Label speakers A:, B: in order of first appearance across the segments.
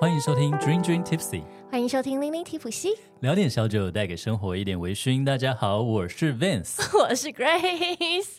A: 欢迎收听 Dream Dream Tipsy，
B: 欢迎收听《零零提普西》，
A: 聊点小酒，带给生活一点微醺。大家好，我是 Vance。
B: 我是 Grace。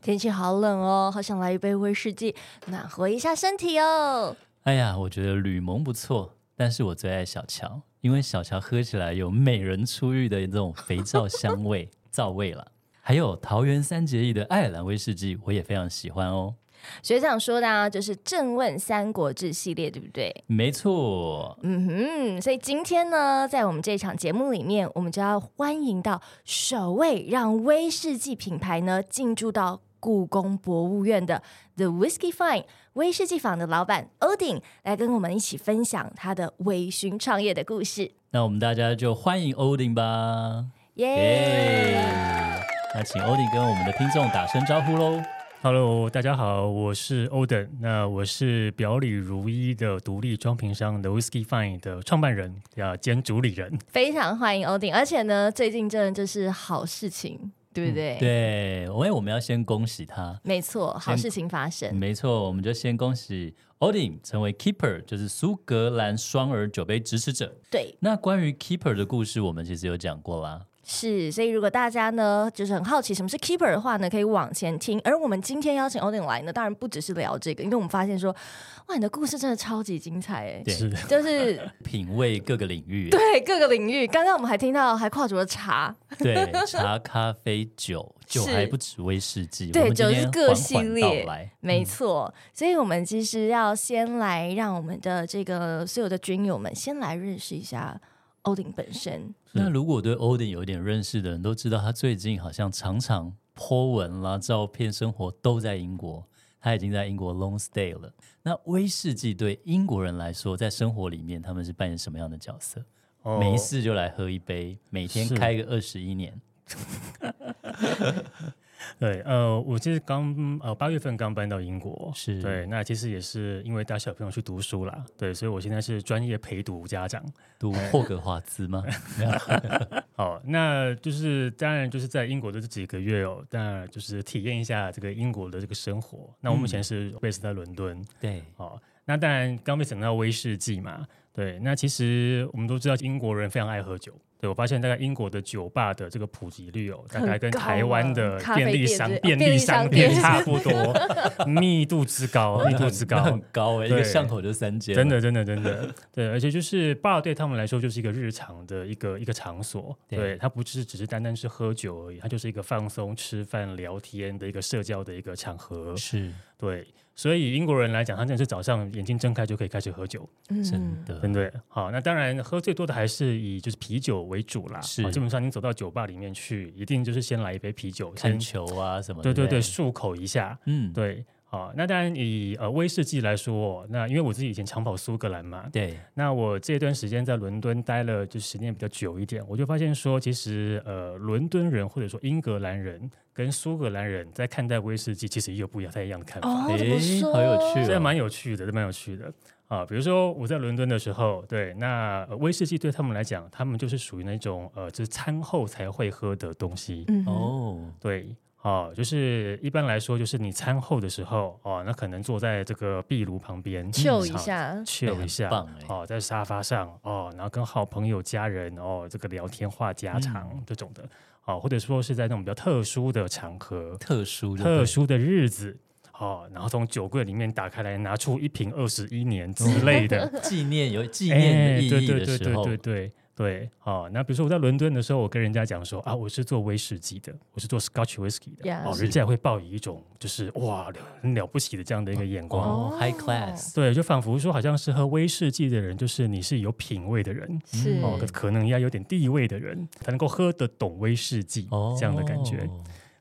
B: 天气好冷哦，好想来一杯威士忌暖和一下身体哦。
A: 哎呀，我觉得吕蒙不错，但是我最爱小乔，因为小乔喝起来有美人出浴的这种肥皂香味、 皂味了。还有桃园三结义的爱尔兰威士忌，我也非常喜欢哦。
B: 学长说的啊，就是《正问三国志》系列，对不对？
A: 没错，
B: 嗯哼，所以今天呢，在我们这场节目里面，我们就要欢迎到首位让威士忌品牌呢进驻到故宫博物院的 The Whisky Fine 威士忌坊的老板 Odin 来跟我们一起分享他的微醺创业的故事。
A: 那我们大家就欢迎 Odin 吧。耶、
B: 耶、
A: 那请 Odin 跟我们的听众打声招呼喽。
C: Hello，大家好，我是 Oden，那我是表里如一的独立装瓶商的 Whisky Fine 的创办人呀兼主理人。
B: 非常欢迎欧丁，而且呢，最近真的就是好事情，对不对？，
A: 对，因为我们要先恭喜他，
B: 没错，好事情发生。
A: 没错，我们就先恭喜 Odin 成为 Keeper，就是苏格兰双耳酒杯支持者。
B: 对，
A: 那关于 Keeper 的故事，我们其实有讲过啦。
B: 是，所以如果大家呢，就是很好奇什么是 keeper 的话呢，可以往前听。而我们今天邀请欧丁来呢，当然不只是聊这个，因为我们发现说，哇，你的故事真的超级精彩哎，
A: 对，
C: 是
B: 就是
A: 品味各个领域，
B: 对各个领域。刚刚我们还听到还跨足了茶，
A: 对，茶、咖啡、酒，
B: 是
A: 酒还不止威士忌，
B: 对
A: 我们今天
B: 酒是各系
A: 缓缓
B: 列
A: 道来。
B: 没错，所以我们其实要先来让我们的这个所有的军友们先来认识一下欧丁本身。
A: 那如果对 Odin 有一点认识的人都知道，他最近好像常常 po 文啦、照片、生活都在英国，他已经在英国 long stay 了。那威士忌对英国人来说，在生活里面他们是扮演什么样的角色？
C: 哦
A: 没事就来喝一杯，每天
C: 是
A: 开个二十一年。
C: 对，呃，我其实刚呃八月份刚搬到英国，
A: 是
C: 对，那其实也是因为带小朋友去读书啦，对，所以我现在是专业陪读家长。
A: 读霍格华兹 吗？
C: 好，哦那就是当然就是在英国的这几个月哦，当然就是体验一下这个英国的这个生活。那我目前是 base 在伦敦，
A: 对，
C: 哦，那当然刚被讲到威士忌嘛，对，那其实我们都知道英国人非常爱喝酒。对，我发现大概英国的酒吧的这个普及率哦，大概跟
B: 很高啊
C: 台湾的
B: 咖啡
C: 便利
B: 店
C: 商
B: 之
C: 便
B: 便利
C: 利
B: 商
C: 商
B: 店
C: 店差 不多，密度之高，密度之
A: 那
C: 哦高欸
A: 很，高哎、一个
C: 对
A: 巷口就三间，
C: 真的，真的，真的，对，而且就是爸对他们来说就是一个日常的一个一个场所，
A: 对
C: 对，它不是只是单单是喝酒而已，它就是一个放松、吃饭、聊天的一个社交的一个场合，
A: 是
C: 对，所以英国人来讲，他真的是早上眼睛睁开就可以开始喝酒，
A: 真
B: 嗯，
A: 的，
C: 真的。好，那当然喝最多的还是以就是啤酒为主啦，
A: 是
C: 好基本上你走到酒吧里面去，一定就是先来一杯啤酒，
A: 看
C: 先
A: 球啊什么的，
C: 对对
A: 不
C: 对，漱口一下，
A: 嗯，
C: 对。好，那当然以呃威士忌来说，那因为我自己以前长跑苏格兰嘛，
A: 对，
C: 那我这段时间在伦敦待了就时间比较久一点，我就发现说，其实呃，伦敦人或者说英格兰人跟苏格兰人在看待威士忌其实也有不一样太一样的看法。
B: 哦，怎么
A: 诶
B: 说？
A: 好有趣
C: 这
A: 哦，
C: 蛮有趣的，这蛮有趣的啊。比如说我在伦敦的时候，对，那、呃威士忌对他们来讲，他们就是属于那种呃，就是餐后才会喝的东西，
B: 嗯哼，
A: 哦，
C: 对。啊，就是一般来说，就是你餐后的时候，哦，那可能坐在这个壁炉旁边
B: 秀一
C: 啊
B: 下，
A: 哎
C: chill
A: 很
C: 一下，
A: 棒哎
C: 哦，在沙发上哦，然后跟好朋友、家人哦，这个聊天话家常、这种的，哦，或者说是在那种比较特殊的场合、
A: 特殊就对
C: 特殊的日子，哦，然后从酒柜里面打开来，拿出一瓶二十一年之类的，
A: 纪念有 纪念
C: 哎，
A: 的意
C: 对
A: 义
C: 对
A: 的
C: 对
A: 时
C: 对
A: 候，
C: 对对对，哦，那比如说我在伦敦的时候，我跟人家讲说啊，我是做威士忌的，我是做 Scotch whisky 的
B: Yeah
C: 哦，
A: 是
C: 人家也会抱以一种就是哇了很了不起的这样的一个眼光。
A: 哦
B: 哦
A: ，high class，
C: 对，就仿佛说，好像是喝威士忌的人，就是你是有品味的人，
B: 是，
C: 哦，可可能要有点地位的人，才能够喝得懂威士忌、
A: 哦，
C: 这样的感觉。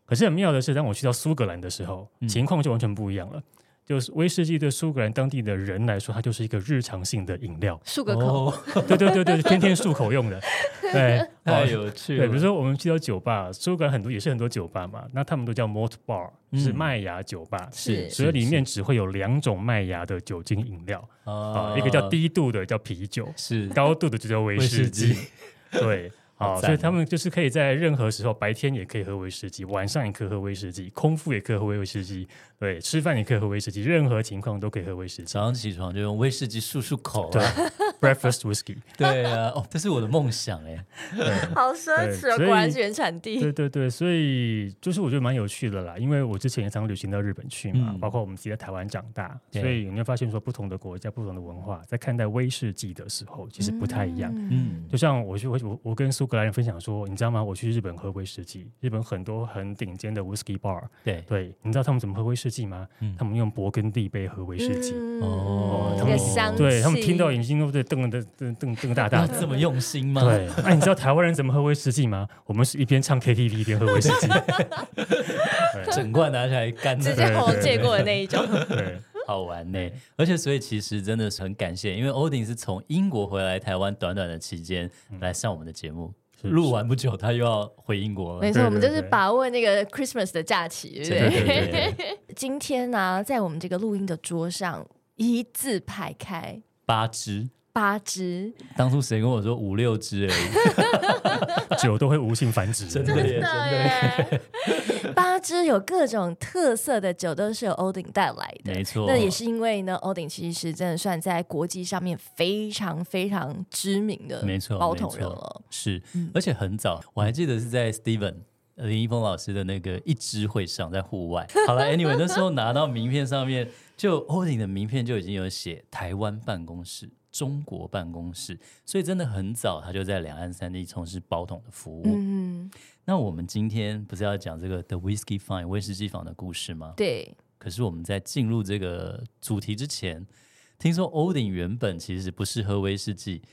C: 可是很妙的是，当我去到苏格兰的时候，
A: 嗯
C: 情况就完全不一样了。就是威士忌对苏格兰当地的人来说，它就是一个日常性的饮料
B: 漱个口，
A: 哦，
C: 对对对对，天天漱 口用的，对，哦
A: 太有趣了，
C: 对，比如说我们去到酒吧，苏格兰很多也是很多酒吧嘛，那他们都叫 malt bar，、是
A: 嗯
C: 麦芽酒吧，
A: 是，
B: 是
C: 所以里面
A: 是
C: 只会有两种麦芽的酒精饮料，啊、
A: 啊
C: 一个叫低度的叫啤酒，
A: 是
C: 高度的就叫威
A: 威
C: 士
A: 士
C: 忌。
A: 忌，
C: 对，
A: 好
C: 啊、
A: 赞
C: 所以他
A: 哦
C: 们就是可以在任何时候，白天也可以喝威士忌，晚上也可以喝威士忌，空腹也可以喝威士忌，对，
A: 哦
C: 吃饭也可以喝威士忌，任何情况都可以喝威士忌。
A: 早上起床就用威士忌漱漱口啊，
C: 对 breakfast whisky。
A: 对啊，哦，这是我的梦想哎。
B: 好奢
C: 对
B: 侈哦，
C: 所以
B: 果然是原产
C: 对
B: 地。
C: 对对，所以就是我觉得蛮有趣的啦，因为我之前也常旅行到日本去嘛，
A: 嗯
C: 包括我们自己在台湾长大，
A: 对
C: 所以你会发现说不同的国家、不同的文化，在看待威士忌的时候其实不太一样。
A: 嗯，
C: 就像我去我我我跟苏格兰人分享说，你知道吗？我去日本喝威士忌，日本很多很顶尖的 whisky bar，
A: 对，
C: 对，你知道他们怎么喝威士忌吗？
A: 嗯
C: 他们用勃艮第杯喝威士忌。
B: 嗯
A: 哦
B: 那个香气，
C: 对他们听到眼睛都对瞪得瞪瞪瞪大大
A: 要
C: 的，
A: 这么用心吗？
C: 对，哎、你知道台湾人怎么喝威士忌吗？我们是一边唱 KTV 一边喝威士 忌。
A: 整罐拿起来干
B: 直
A: 的。
B: 接喉
C: 对对
B: 结过的 那一种。
C: 对，
A: 好玩呢、而且所以其实真的是很感谢，因为 Odin 是从英国回来台湾短短的期间
B: 嗯
A: 来上我们的节目，
C: 是
A: 录完不久他又要回英国了
B: 没。错，
C: 对
B: 我们就
C: 对
B: 是
C: 对
B: 把握那个 Christmas 的假期，对不
A: 真
B: 对
A: 的？
C: 对对对，
B: 今天呢、在我们这个录音的桌上，一字排开
A: 八支，
B: 八只，
A: 当初谁跟我说五六支而已？
C: 酒都会无性繁殖，
A: 真的耶真的
B: 耶， 八只有各种特色的酒都是由 Odin 带来的。
A: 没错，
B: 那也是因为呢，Odin 其实真的算在国际上面非常非常知名的
A: 没错，
B: 包
A: 没
B: 桶
A: 错
B: 人了。
A: 是，而且很早，我还记得是在 Steven。林一呃峰老师的那个一支会上在户外。好了，Anyway，那时候拿到名片上面，就 Odin 的名片就已经有写台湾办公室、中国办公室，所以真的很早，他就在两岸三地从事包桶的服务。
B: 嗯，
A: 那我们今天不是要讲这个 The Whiskey Fine 威士忌坊的故事吗？
B: 对，
A: 可是我们在进入这个主题之前，听说 Odin 原本其实不是喝威士忌，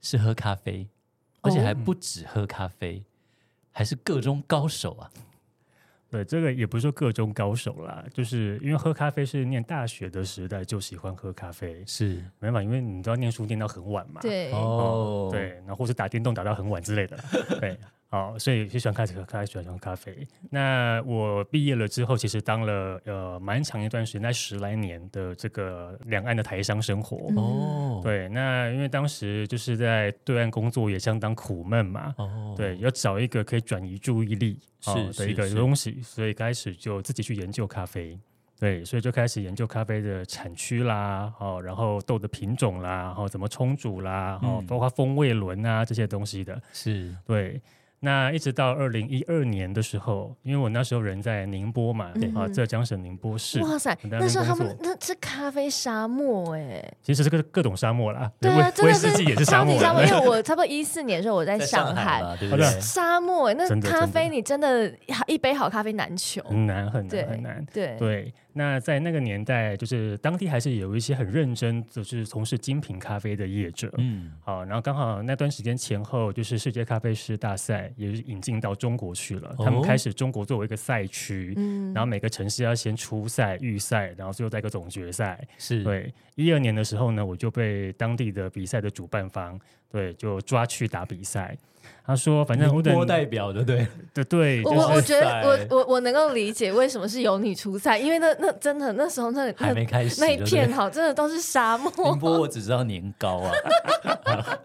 A: 是喝咖啡，
B: 哦
A: 而且还不止喝咖啡，还是各中高手啊！
C: 对，这个也不是说各中高手啦，就是因为喝咖啡是念大学的时代就喜欢喝咖啡，
A: 是
C: 没办法，因为你知道念书念到很晚嘛，
B: 对，
A: 哦，
C: 对，然后或是打电动打到很晚之类的，对，好，所以就喜欢开始喝咖啡，喜欢喝咖啡。那我毕业了之后，其实当了呃蛮长一段时间，在十来年的这个两岸的台商生活。
A: 哦，
C: 对，那因为当时就是在对岸工作也相当苦闷嘛，
A: 哦，
C: 对，要找一个可以转移注意力
A: 是
C: 哦
A: 是
C: 的一个
A: 是
C: 东西，所以开始就自己去研究咖啡。对，所以就开始研究咖啡的产区啦，哦，然后豆的品种啦，哦，怎么冲煮啦，哦，
A: 嗯
C: 包括风味轮啊这些东西的。
A: 是
C: 对，那一直到二零一二年的时候，因为我那时候人在宁波嘛，
B: 对
C: 啊，浙江省宁波市，
B: 嗯哇塞，
C: 很大的
B: 那时候他
C: 工作
B: 们那是咖啡沙漠哎，
C: 其实是各各种沙漠啦，
B: 对啊，
C: 威
B: 真的
C: 威
B: 是
C: 士忌也是
B: 超
C: 沙
B: 级
C: 漠啦，
B: 沙漠，因为我差不多一四年的时候我在
A: 在
B: 上
A: 海
B: 海，
A: 嘛，对不
C: 好
A: 对啊
C: 的？
B: 沙漠欸那
C: 真的
B: 咖啡
C: 真
B: 你真的一杯好咖啡难求，
C: 很难很
B: 对
C: 难很难。
B: 对，
C: 对，那在那个年代，就是当地还是有一些很认真，就是从事精品咖啡的业者。
A: 嗯，
C: 好，然后刚好那段时间前后，就是世界咖啡师大赛也是引进到中国去了，他们
A: 哦
C: 开始中国作为一个赛区。
B: 嗯
C: 然后每个城市要先初赛、预赛，然后最后再一个总决赛。
A: 是，
C: 对，一二年的时候呢，我就被当地的比赛的主办方对就抓去打比赛。他说，反正
A: 宁
C: 我
A: 波哦代表的对，
C: 对对，
B: 我
C: 就
B: 我我
C: 是
B: 觉得
A: 塞
B: 我我我能够理解为什么是由你出赛，因为那那真的那时候那
A: 还
B: 那
A: 没开始
B: 那一
A: 就对
B: 片好真的都是沙
A: 宁
B: 漠，
A: 波我只知道年糕 啊，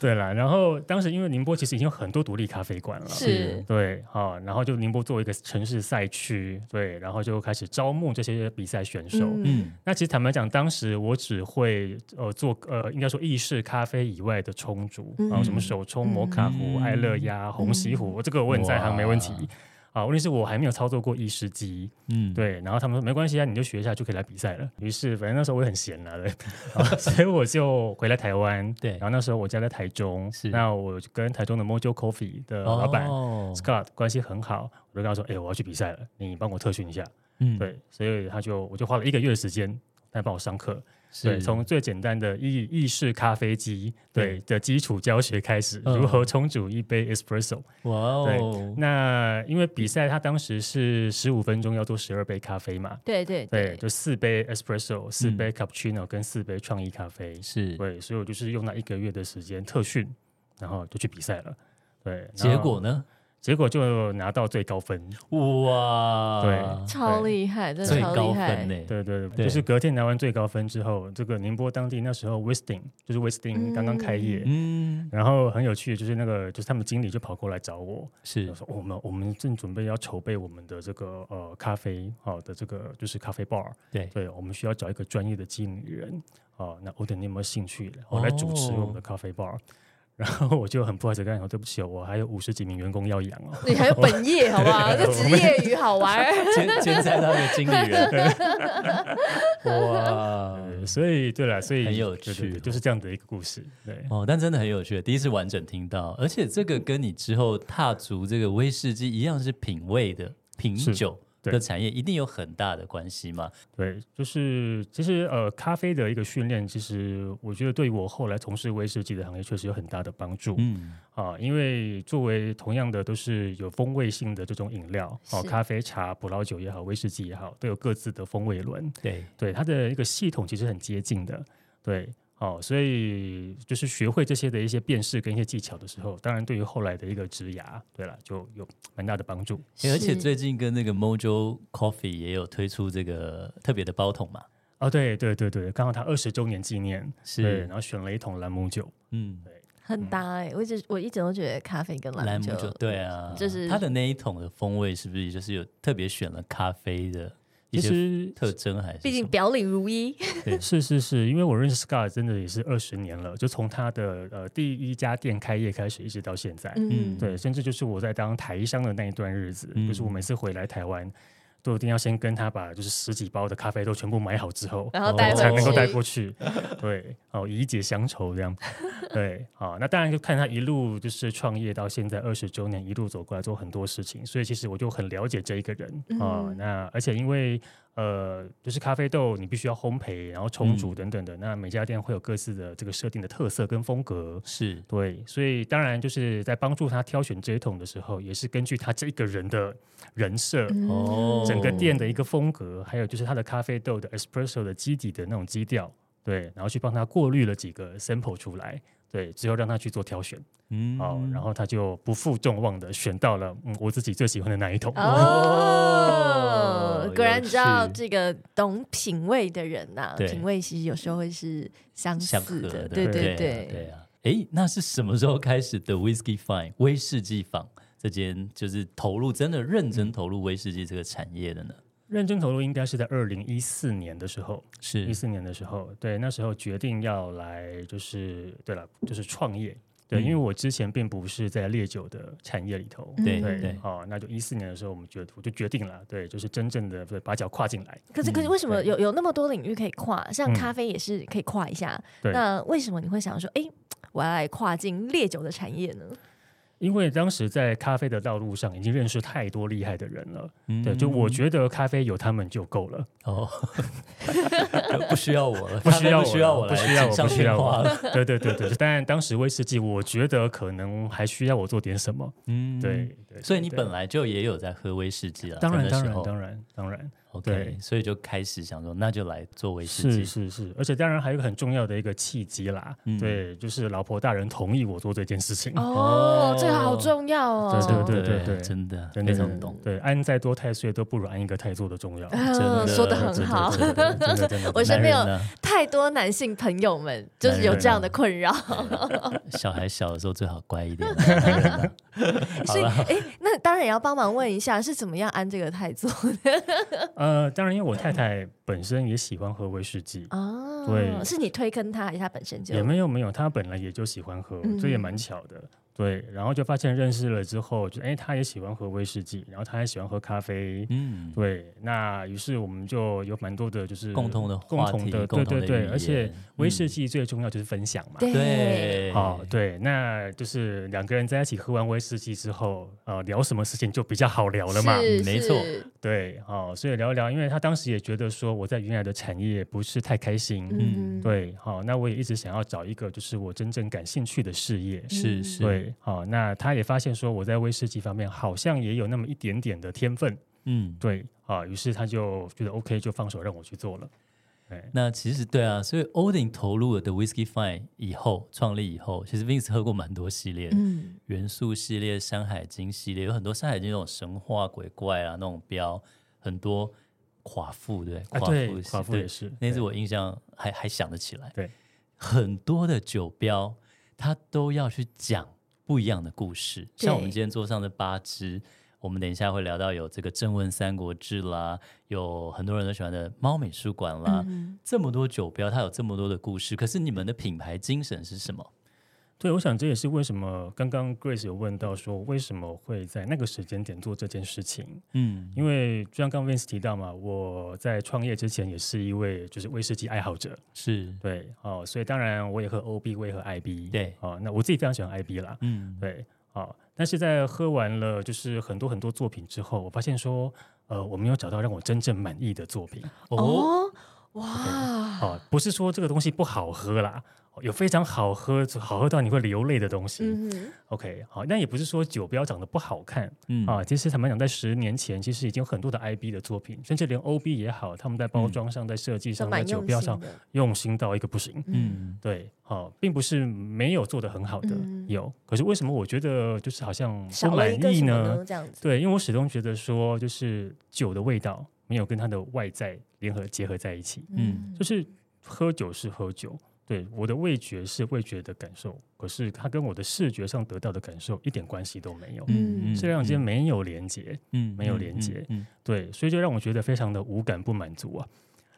C: 对啦。然后当时因为宁波其实已经有很多独立咖啡馆了，
B: 是
C: 对，好、然后就宁波作为一个城市赛区，对，然后就开始招募这些比赛选手。
B: 嗯
A: 嗯，
C: 那其实坦白讲，当时我只会呃做呃，应该说意式咖啡以外的冲煮，
B: 嗯
C: 然后什么手冲、摩卡壶、
A: 嗯
C: 爱乐压、虹吸壶，这个我很在行，没问题。啊，问题是我还没有操作过意式机，
A: 嗯，
C: 对，然后他们说没关系啊，你就学一下就可以来比赛了。于是反正那时候我也很闲 啊，对，啊所以我就回来台湾。
A: 对
C: 然后那时候我家在台中
A: 是，
C: 那我就跟台中的 Mojo Coffee 的老板、
A: 哦
C: Scott 关系很好，我就跟他说，哎、我要去比赛了，你帮我特训一下。
A: 嗯，
C: 对，所以他就我就花了一个月的时间。来帮我上课，
A: 是，
C: 对，从最简单的意意式咖啡机对的基础教学开始，
A: 嗯
C: 如何冲煮一杯 espresso。
A: 哇哦，
C: 那因为比赛他当时是十五分钟要做十二杯咖啡嘛，
B: 对对
C: 对，就四杯 espresso、四杯 cappuccino 跟四杯创意咖啡。
A: 嗯是，
C: 对，所以我就是用那一个月的时间特训，然后就去比赛了。对，然后
A: 结果呢？
C: 结果就拿到最高分。
A: 哇，
C: 对
B: 超厉害，真
A: 啊
B: 的
A: 最
B: 超
A: 高
B: 厉害
A: 分。呢，
C: 对对对，
A: 对
C: 就是隔天拿完最高分之后，这个宁波当地那时候 Westing 就是 Westing 刚刚开业。
A: 嗯，
C: 然后很有趣，就是那个就是他们经理就跑过来找我，
A: 是
C: 我说哦我们我们正准备要筹备我们的这个呃咖啡好、的这个就是咖啡 bar，
A: 对，
C: 对我们需要找一个专业的经理人哦、那欧等你有没有兴趣我来主持我
A: 哦
C: 们的咖啡 bar？、然后我就很不好意思跟他讲，对不起哦，我还有五十几名员工要养哦。
B: 你还有本 业，好不好？这
C: 对
B: 职业与好玩儿。
A: 兼 兼在他的经理人， 哇，
C: 呃，所以对了，所以
A: 很有
C: 对对
A: 趣
C: 对
A: 哦
C: 就是这样的一个故事。对，
A: 哦，但真的很有趣，第一次完整听到，而且这个跟你之后踏足这个威士忌一样是品味的品
C: 是
A: 酒
C: 对
A: 的产业，一定有很大的关系嘛。
C: 对，就是其实呃，咖啡的一个训练，其实我觉得对于我后来从事威士忌的行业确实有很大的帮助。
A: 嗯，
C: 啊，因为作为同样的都是有风味性的这种饮料，哦，
B: 是
C: 咖啡、茶、葡萄酒也好，威士忌也好，都有各自的风味轮。
A: 对，
C: 对它的一个系统其实很接近的，对，哦，所以就是学会这些的一些辨识跟一些技巧的时候，当然对于后来的一个职涯，对了，就有蛮大的帮助。
A: 而且
B: 是
A: 最近跟那个 Mojo Coffee 也有推出这个特别的包桶嘛，
C: 哦，对对对对，刚好它二十周年纪念，对，
A: 是
C: 然，后选了一桶兰姆酒，
A: 嗯，
B: 很搭哎、我一直我一直都觉得咖啡跟
A: 莱
B: 兰
A: 姆
B: 酒
A: 酒，对啊，
B: 就是
A: 它的那一桶的风味是不是就是有特别选了咖啡的一
C: 其
A: 些
C: 实
A: 特征还是什么？
B: 毕竟表里如一，
C: 是是是，因为我认识 Scar 真的也是二十年了，就从他的呃第一家店开业开始，一直到现在。
A: 嗯
B: 嗯，
C: 对，甚至就是我在当台商的那一段日子，就是我
A: 嗯
C: 每次回来台湾，都一定要先跟他把就是十几包的咖啡都全部买好之后，
B: 然后
A: 哦
B: 呃带回
C: 我才能够
B: 去
C: 带过去。对，哦，以解乡愁这样。对，好，那当然就看他一路就是创业到现在二十周年，一路走过来做很多事情，所以其实我就很了解这一个人啊、
B: 嗯
C: 那而且因为呃，就是咖啡豆你必须要烘焙，然后冲煮等等的，那每家店会有各自的这个设定的特色跟风格。
A: 是
C: 对，所以当然就是在帮助他挑选这一桶的时候，也是根据他这一个人的人设，
B: 嗯
A: 哦
C: 整个店的一个风格，还有就是它的咖啡豆的 espresso 的基底的那种基调，对，然后去帮他过滤了几个 sample 出来，对，之后让他去做挑选，
A: 嗯
C: 好、哦然后他就不负众望的选到了、嗯、我自己最喜欢的那一
B: 哦
C: 桶。
A: 哦
B: 哦，果然
A: 有
B: 你知道
A: 趣
B: 这个懂品味的人呐、
A: 对
B: 品味其实有时候会是相
A: 相
B: 似
A: 合
B: 的，
A: 的，
B: 对
A: 对
B: 对
A: 啊对啊。诶，那是什么时候开始的 Whisky Fine 威士忌坊这间就是投入真的认真投入威士忌这个产业的呢？
C: 认真投入应该是在二零一四年的时候，一
A: 是
C: 四年的时候，对，那时候决定要来，就是对了，就是创业。对，
A: 嗯
C: 因为我之前并不是在烈酒的产业里头，
B: 嗯
A: 对
C: 对，
A: 对
C: 哦，那就一四年的时候，我们决我就决定了，对，就是真正的对把脚跨进来。
B: 可是，可是
A: 嗯
B: 为什么
C: 对
B: 有有那么多领域可以跨？像
C: 嗯
B: 咖啡也是可以跨一下。
C: 对
B: 那为什么你会想说，哎，我要来跨进烈酒的产业呢？
C: 因为当时在咖啡的道路上已经认识太多厉害的人了，
A: 嗯
C: 对，就我觉得咖啡有他们就够了，
A: 哦，不需要我了，
C: 不需
A: 他们
C: 要我
A: 不需要我
C: 了
A: 来
C: 不需要我
A: 锦上
C: 不需
A: 添
C: 要我
A: 花了。
C: 对对对对。但当时威士忌，我觉得可能还需要我做点什么，
A: 嗯，
C: 对。对
A: 所以你
C: 对
A: 本来就也有在喝威士忌了，
C: 当
A: 在
C: 然
A: 那
C: 当
A: 时
C: 然
A: 候
C: 当然当然
A: OK，
C: 对
A: 所以就开始想说，那就来做威士
C: 是
A: 忌。
C: 是是，而且当然还有一个很重要的一个契机啦，
A: 嗯
C: 对，就是老婆大人同意我做这件事情。
A: 哦
B: 这个好重要哦。
C: 嗯对对
A: 对
C: 对
A: 真的
C: 真
A: 非
C: 的
A: 常懂。
C: 对，安再多太岁都不如安一个太座的重要。
B: 嗯
A: 真的
B: 说的
A: 真
B: 很
C: 真的
B: 好。
C: 真的真的真的，
B: 我
C: 真
B: 身
C: 的
B: 边
A: 男人呢
B: 太多男性朋友们就是
A: 男
B: 有
C: 人
B: 这样
A: 啊
B: 的困扰，
A: 小孩小的时候最好乖一点。
B: 所以哎，那当然也要帮忙问一下，是怎么样安这个太座
C: 呃，当然，因为我太太本身也喜欢喝威士忌，
B: 哦，
C: 对
B: 是你推坑他，还是他本身就
C: 也没有没有，他本来也就喜欢
B: 嗯
C: 喝，这也蛮巧的。对，然后就发现认识了之后，就哎，他也喜欢喝威士忌，然后他也喜欢喝咖啡。
A: 嗯，
C: 对，那于是我们就有蛮多的，就是
A: 共同的
C: 共
A: 话
C: 同
A: 题
C: 的，
A: 共
C: 对
A: 同
C: 对
A: 的语
C: 对，
A: 言
C: 而且威士
A: 嗯
C: 忌最重要就是分享嘛。
B: 对，
A: 对，
C: 好、对，那就是两个人在一起喝完威士忌之后，呃，聊什么事情就比较好聊了嘛。
B: 是
A: 没错
B: 是
C: 对，哦，所以聊一聊，因为他当时也觉得说我在原来的产业不是太开心，
A: 嗯
B: 嗯，
C: 对，好，那我也一直想要找一个就是我真正感兴趣的事业。
A: 是
B: 嗯
A: 是，
C: 对，好，那他也发现说我在威士忌方面好像也有那么一点点的天分，
A: 嗯，
C: 对，啊，于是他就觉得 OK，就放手让我去做了。对
A: 那其实对啊，所以 Odin 投入了 The Whisky Fine 以后，创立以后，其实 Vince 喝过蛮多系列的，
B: 嗯，
A: 元素系列、山海经系列，有很多山海经那种神话鬼怪啊，那种标很多寡妇对不
C: 啊，
A: 对，
C: 对，
A: 妇系
C: 寡妇
A: 对
C: 也是，
A: 那次
C: 对
A: 我印象还还想得起来，
C: 对，
A: 很多的酒标它都要去讲不一样的故事，像我们
B: 对
A: 今天桌上的八支。我们等一下会聊到有这个《正问三国志》啦，有很多人都喜欢的猫美术馆啦，这么多酒标，它有这么多的故事。可是你们的品牌精神是什么？
C: 对，我想这也是为什么刚刚 Grace 有问到说为什么会在那个时间点做这件事情，
A: 嗯，
C: 因为就像刚刚 Vince 提到嘛，我在创业之前也是一位就是威士忌爱好者，
A: 是，
C: 对哦，所以当然我也喝 OB，我也喝 IB，
A: 对
C: 哦，那我自己非常喜欢 IB 啦，
A: 嗯，
C: 对，哦，但是在喝完了就是很多很多作品之后，我发现说，呃，我没有找到让我真正满意的作品，
A: 哦
B: 哦，哇，
C: 哦，不是说这个东西不好喝啦，哦有非常好喝，好喝到你会流泪的东西。
B: 嗯哼，
C: OK，好，那也不是说酒标长得不好看、
A: 嗯
C: 啊。其实坦白讲，在十年前，其实已经有很多的 IB 的作品，甚至连 OB 也好，他们在包装上、在设计
B: 嗯都
C: 上、在
B: 蛮
C: 酒
B: 用
C: 标上
B: 心的，
C: 用心到一个不行。
B: 嗯，
A: 嗯
C: 对，好、并不是没有做得很好的，
B: 嗯
C: 有。可是为什么我觉得就是好像
B: 少
C: 不
B: 了
C: 满
B: 一个
C: 意
B: 什
C: 呢？
B: 么呢？这样子，
C: 对，因为我始终觉得说，就是酒的味道没有跟它的外在联合结合在一起。
A: 嗯
C: 就是喝酒是喝酒，对我的味觉是味觉的感受，可是它跟我的视觉上得到的感受一点关系都没有，
B: 嗯
C: 这两间没有连接，
A: 嗯
C: 没有连接
A: 嗯，
C: 对，所以就让我觉得非常的无感不满足啊。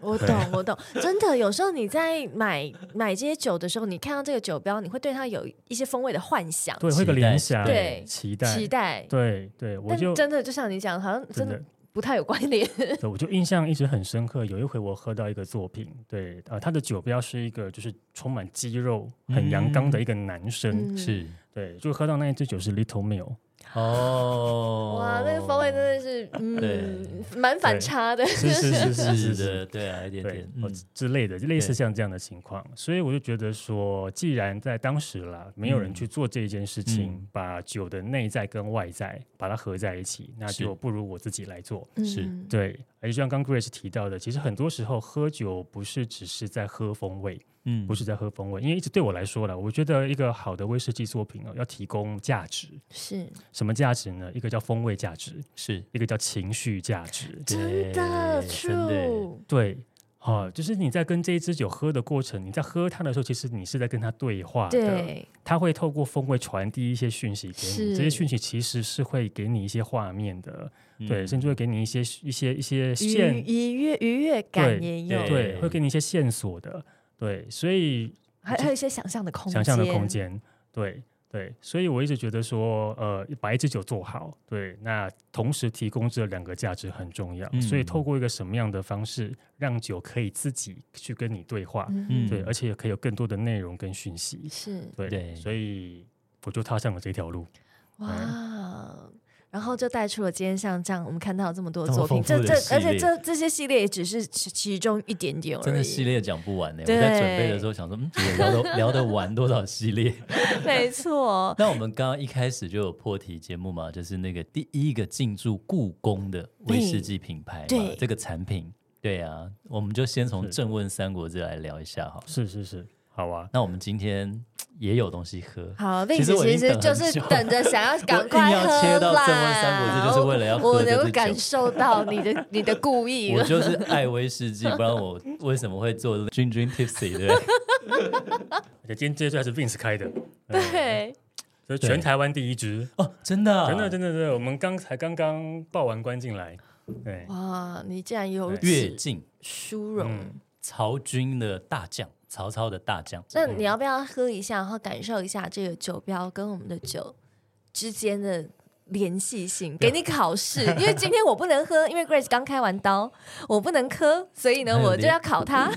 B: 我
C: 对
B: 懂，我懂，真的，有时候你在买买这些酒的时候，你看到这个酒标，你会对它有一些风味的幻想、
C: 对，
A: 期
C: 会有个
A: 待
C: 联想，
B: 对
C: 期待，
B: 期待，
C: 对对，我
B: 但
C: 就
B: 真的就像你讲，好像真
C: 真
B: 的
C: 的。
B: 不太有关 联。
C: 对，我就印象一直很深刻。有一回我喝到一个作品，对，呃，他的酒标是一个就是充满肌肉、很阳刚的一个男生，
A: 嗯
B: 嗯
A: 是
C: 对，就喝到那一支酒是 Little Mill，
A: 哦，
B: 哇，那个风味真的是，
C: 哦
B: 嗯，蛮反差的。
C: 是是
A: 是
C: 是是是
A: 的，
C: 是，
A: 对啊，一点
C: 对
A: 点，，
C: 哦
A: 嗯
C: 之类的，类
A: 对
C: 似像这样的情况，所以我就觉得说，既然在当时啦，没有人去做这一件事情，
A: 嗯
C: 把酒的内在跟外在把它合在一起，那
A: 是
C: 就不如我自己来做。
A: 是
B: 嗯，
C: 对，而且就像刚 Grace 提到的，其实很多时候喝酒不是只是在喝风味，
A: 嗯，
C: 不是在喝风味，因为一直对我来说啦，我觉得一个好的威士忌作品哦，要提供价值，
B: 是
C: 什么价值呢？一个叫风味价值，
A: 是
C: 一个叫情绪价值。
B: 真的
A: 对真的
B: true，
C: 对，啊，就是你在跟这一支酒喝的过程，你在喝它的时候，其实你是在跟它对话的，
B: 对，
C: 它会透过风味传递一些讯息给
B: 是
C: 你，这些讯息其实是会给你一些画面的，对，
A: 嗯
C: 甚至会给你一些一些一些线
B: 愉愉悦愉悦感
C: 对
B: 也有，
C: 对，会给你一些线索的，对，所以
B: 还还有一些想象的空
C: 想象的空。间，对对，所以我一直觉得说，呃，把一支酒做好，对，那同时提供这两个价值很重要，所以透
A: 嗯
C: 过一个什么样的方式，让酒可以自己去跟你对话，
A: 嗯
B: 嗯，
C: 对，而且可以有更多的内容跟讯息，
B: 是
C: 对，
A: 对
C: 所以我就踏上了这条路，
B: 哇。然后就带出了今天像这样我们看到这么多
A: 这么
B: 作品，
A: 丰
B: 这
A: 富的
B: 这
A: 系
B: 而
A: 列
B: 且这这些系列也只是其其中一点点而已，
A: 哎真的系列讲不完呢。我
B: 对
A: 在准备的时候想说，嗯，我聊 得聊得完多少系列？
B: 没错，
A: 那我们刚刚一开始就有破题节目嘛，就是那个第一个进驻故宫的威士忌品牌嘛
B: 对，
A: 这个产品。对啊，我们就先从《
C: 是
A: 正问三国志》来聊一下好了。
C: 是是是，好啊。
A: 那我们今天也有东西喝，
B: 好，
A: 其
B: Vince
A: 实我已
B: 其
A: 经
B: 实
A: 等
B: 就
A: 很
B: 是
A: 久了
B: 等着想要赶
A: 我
B: 快
A: 硬要切
B: 喝
A: 到正温三国
B: 啦，
A: 志就是为了要喝
B: 我
A: 这
B: 能
A: 支
B: 够感
A: 酒
B: 受到你的你的故意
A: 我
B: 了。
A: 就是爱威士忌，不然我为什么会做君君 tipsy 对不对？
C: 而且今天这支还是 Vince 开的，
B: 对，
C: 所以全
A: 对
C: 台湾第一支，
A: 哦，真的啊、
C: 真的真的真的，我们刚才刚刚报完关进来，对，
B: 哇，你竟然有
C: 对
A: 越
B: 此
A: 境
B: 殊荣
C: 嗯，
A: 曹军的大将，曹操的大将，
B: 那你要不要喝一下，然后感受一下这个酒标跟我们的酒之间的联系性？给你考试，因为今天我不能喝，因为 Grace 刚开完刀，我不能喝，所以呢，
A: 还有
B: 我就
A: 连
B: 要考他。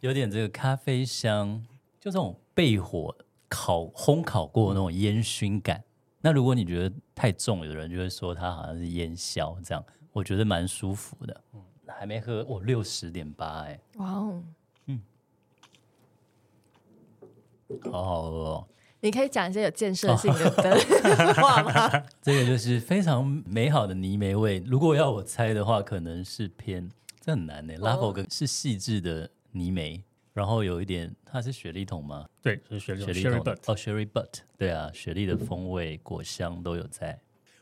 A: 有点这个咖啡香，就这种焙火烤烘烤过那种烟熏感。那如果你觉得太重，有的人就会说它好像是烟硝这样，我觉得蛮舒服的。嗯，还没喝，我六十点八哎，
B: 哇哦！
A: 好好喝哦。
B: 你可以讲一些有建设性 的的 话吗？
A: 这个就是非常美好的泥煤味。如果要我猜的话，可能是偏这很难呢、拉 a
B: 哦
A: v o 是细致的泥煤，然后有一点它是雪莉桶吗？
C: 对，是雪莉
A: 雪莉
C: Sherry
A: 桶
C: Butt。
A: 哦，Sherry Butt，对啊，雪莉的风味、果香都有在。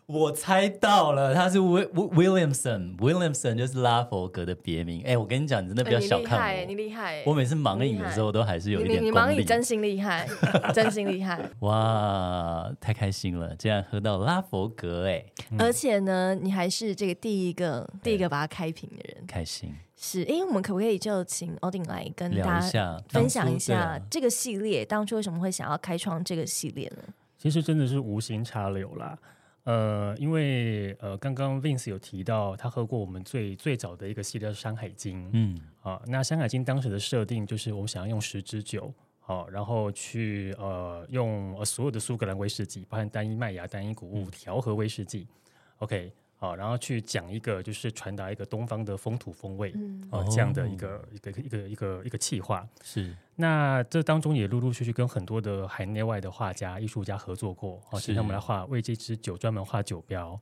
A: 我猜到了，他是 Will Williamson，Williamson 就是拉佛格的别名。哎，我跟你讲，你真的不要小看我，
B: 你厉害，
A: 我每次忙影的时候都还是有一
B: 你你
A: 点
B: 你
A: 功
B: 忙
A: 力
B: 你。真心厉害， 真心厉害。
A: 哇，太开心了，竟然喝到拉佛格，哎，
B: 而且呢，你还是这个第一个第一个把它开瓶的人。
A: 开心。
B: 是，哎，我们可不可以就请欧丁来跟
A: 聊
B: 大
A: 一
B: 家
A: 下，
B: 分享
A: 当初对
B: 一下
A: 啊
B: 这个系列？当初为什么会想要开创这个系列呢？
C: 其实真的是无心插柳啦。呃，因为呃，刚刚 Vince 有提到他喝过我们最最早的一个系列《山海经》
A: 嗯，
C: 啊、那《山海经》当时的设定就是我们想要用十支酒，好、然后去呃用呃所有的苏格兰威士忌，包含单一麦芽、单一谷
A: 嗯
C: 物调和威士忌，OK，好、然后去讲一个就是传达一个东方的风土风味
B: 嗯，
C: 啊、这样的
A: 哦
C: 一个一个一个一个一个企划。
A: 是
C: 那这当中也陆陆续续跟很多的海内外的画家、艺术家合作过，哦，
A: 是
C: 请他们来画为这支酒专门画酒标，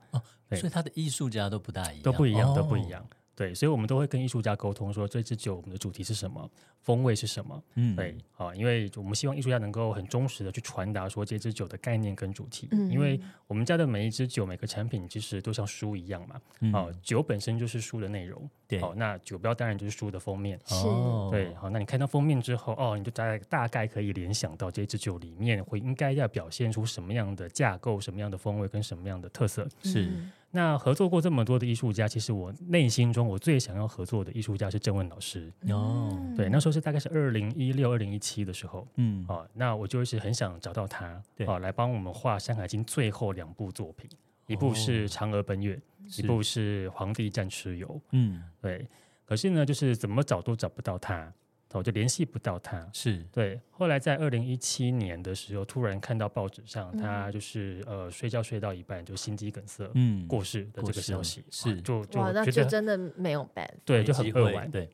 C: 对
A: 所以他的艺术家都不大一样，
C: 都不一样，
A: 哦
C: 都不一。样。对，所以我们都会跟艺术家沟通说，这支酒我们的主题是什么，风味是什么。
A: 嗯，
C: 对，啊、因为我们希望艺术家能够很忠实的去传达说这支酒的概念跟主题，
B: 嗯
C: 因为我们家的每一支酒、每个产品其实都像书一样嘛，
A: 嗯
C: 哦，酒本身就是书的内容，
A: 对
C: 哦，那酒标当然就是书的封面，
B: 是
A: 哦
C: 对，好，那你看到封面之后，哦，你就大概大概可以联想到这支酒里面会应该要表现出什么样的架构、什么样的风味跟什么样的特色。
A: 是
B: 嗯
C: 那合作过这么多的艺术家，其实我内心中我最想要合作的艺术家是郑问老师。
A: 哦，
C: 对，那时候是大概是二零一六、二零一七的时候，
A: 嗯，
C: 哦，那我就一直很想找到他，
A: 对
C: 哦，来帮我们画《山海经》最后两部作品，一部是《嫦娥奔月》，
A: 哦是
C: 一部是《黄帝战蚩尤》。
A: 嗯
C: 对，可是呢，就是怎么找都找不到他，我就联系不到他。
A: 是
C: 对，后来在二零一七年的时候，突然看到报纸上他就是、呃睡觉睡到一半就心肌梗塞、
A: 嗯
C: 过世的
A: 过
C: 这个
A: 世
C: 消
A: 了
C: 息，
A: 是
C: 哇就就
B: 哇，那
C: 觉
B: 就
C: 得
B: 真的没有办法。
C: 对
A: 没
C: 就很
A: 机
C: 扼
A: 会
C: 腕，
A: 对，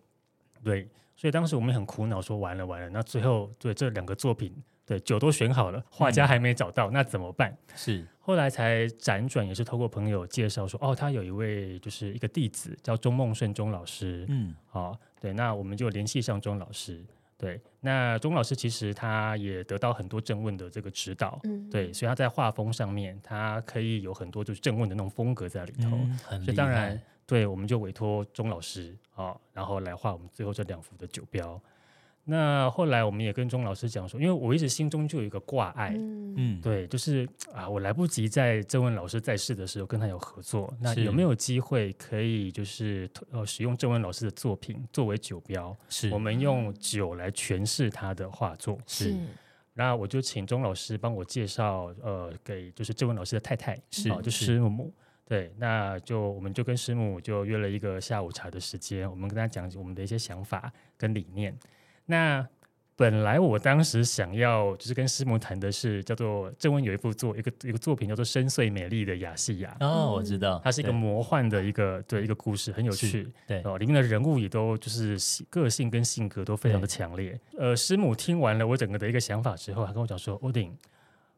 C: 对，所以当时我们很苦恼，说完了完了，那最后对这两个作品，对酒都选好了，画家还没找到，那怎么办？
A: 是
C: 后来才辗转，也是透过朋友介绍说，哦，他有一位就是一个弟子叫钟梦顺钟老师，
A: 嗯
C: 好，对，那我们就联系上钟老师。对，那钟老师其实他也得到很多正问的这个指导，
B: 嗯
C: 对，所以他在画风上面，他可以有很多就是正问的那种风格在里头。
A: 嗯，很
C: 哦所
A: 厉
C: 以当然
A: 害，，
C: 对，我们就委托钟老师啊、然后来画我们最后这两幅的酒标。那后来我们也跟钟老师讲说，因为我一直心中就有一个挂碍，
B: 嗯
A: 嗯，
C: 对，就是啊，我来不及在郑文老师在世的时候跟他有合作，那
A: 是
C: 有没有机会可以就是呃使用郑文老师的作品作为酒标，
A: 是
C: 我们用酒来诠释他的画作？
A: 是
B: 嗯
C: 那我就请钟老师帮我介绍呃给就是郑文老师的太太，
A: 是
C: 啊、就是师母。对，那就我们就跟师母就约了一个下午茶的时间，我们跟他讲我们的一些想法跟理念。那本来我当时想要就是跟师母谈的是叫做郑文有一部作一个一个作品叫做《深邃美丽的雅西亚》，
A: 哦，我知道，
C: 嗯它是一个
A: 对
C: 魔幻的一个对一个故事，很有
A: 是
C: 趣。
A: 对
C: 哦，里面的人物也都就是性个性跟性格都非常的强烈。呃，师母听完了我整个的一个想法之后，她跟我讲说：“欧丁，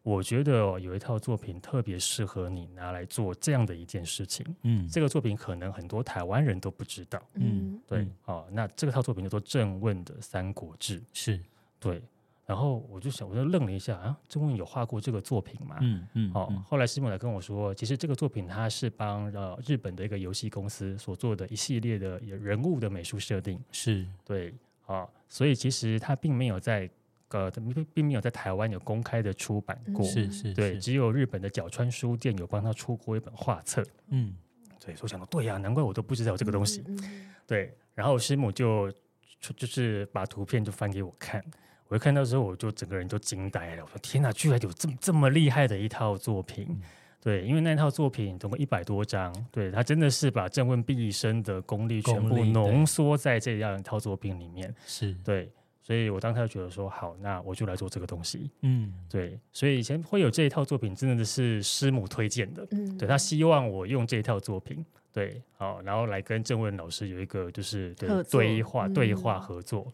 C: 我觉得、哦、有一套作品特别适合你拿来做这样的一件事情。
A: 嗯
C: 这个作品可能很多台湾人都不知道，
A: 嗯
C: 对、
A: 嗯
C: 哦。那这个套作品叫做郑问的《三国志》，
A: 是
C: 对。然后我就想，我就愣了一下啊，郑问有画过这个作品吗？
A: 嗯嗯
C: 哦
A: 嗯，
C: 后来师母来跟我说，其实这个作品它是帮呃日本的一个游戏公司所做的一系列的人物的美术设定，
A: 是
C: 对啊、所以其实它并没有在呃并并没有在台湾有公开的出版过，
A: 是是
C: 对，
A: 是
C: 只有日本的角川书店有帮他出过一本画册，
A: 嗯
C: 对，所以我想到对呀、难怪我都不知道有这个东西，
B: 嗯
C: 对，然后师母就就就是把图片就翻给我看，我一看到之后，我就整个人都惊呆了。我说：“天哪，居然有这么这么厉害的一套作品！”对，因为那套作品总共一百多张，对他真的是把郑问毕生的功力全
A: 功
C: 部
A: 力对
C: 浓缩在这样一套作品里面。
A: 是
C: 对，所以我当时就觉得说，好，那我就来做这个东西。
A: 嗯
C: 对，所以以前会有这一套作品，真的是师母推荐的。
B: 嗯
C: 对他希望我用这套作品，对，好，然后来跟郑问老师有一个就是
B: 合
C: 对
B: 作
C: 对话、对话
B: 嗯
C: 合作，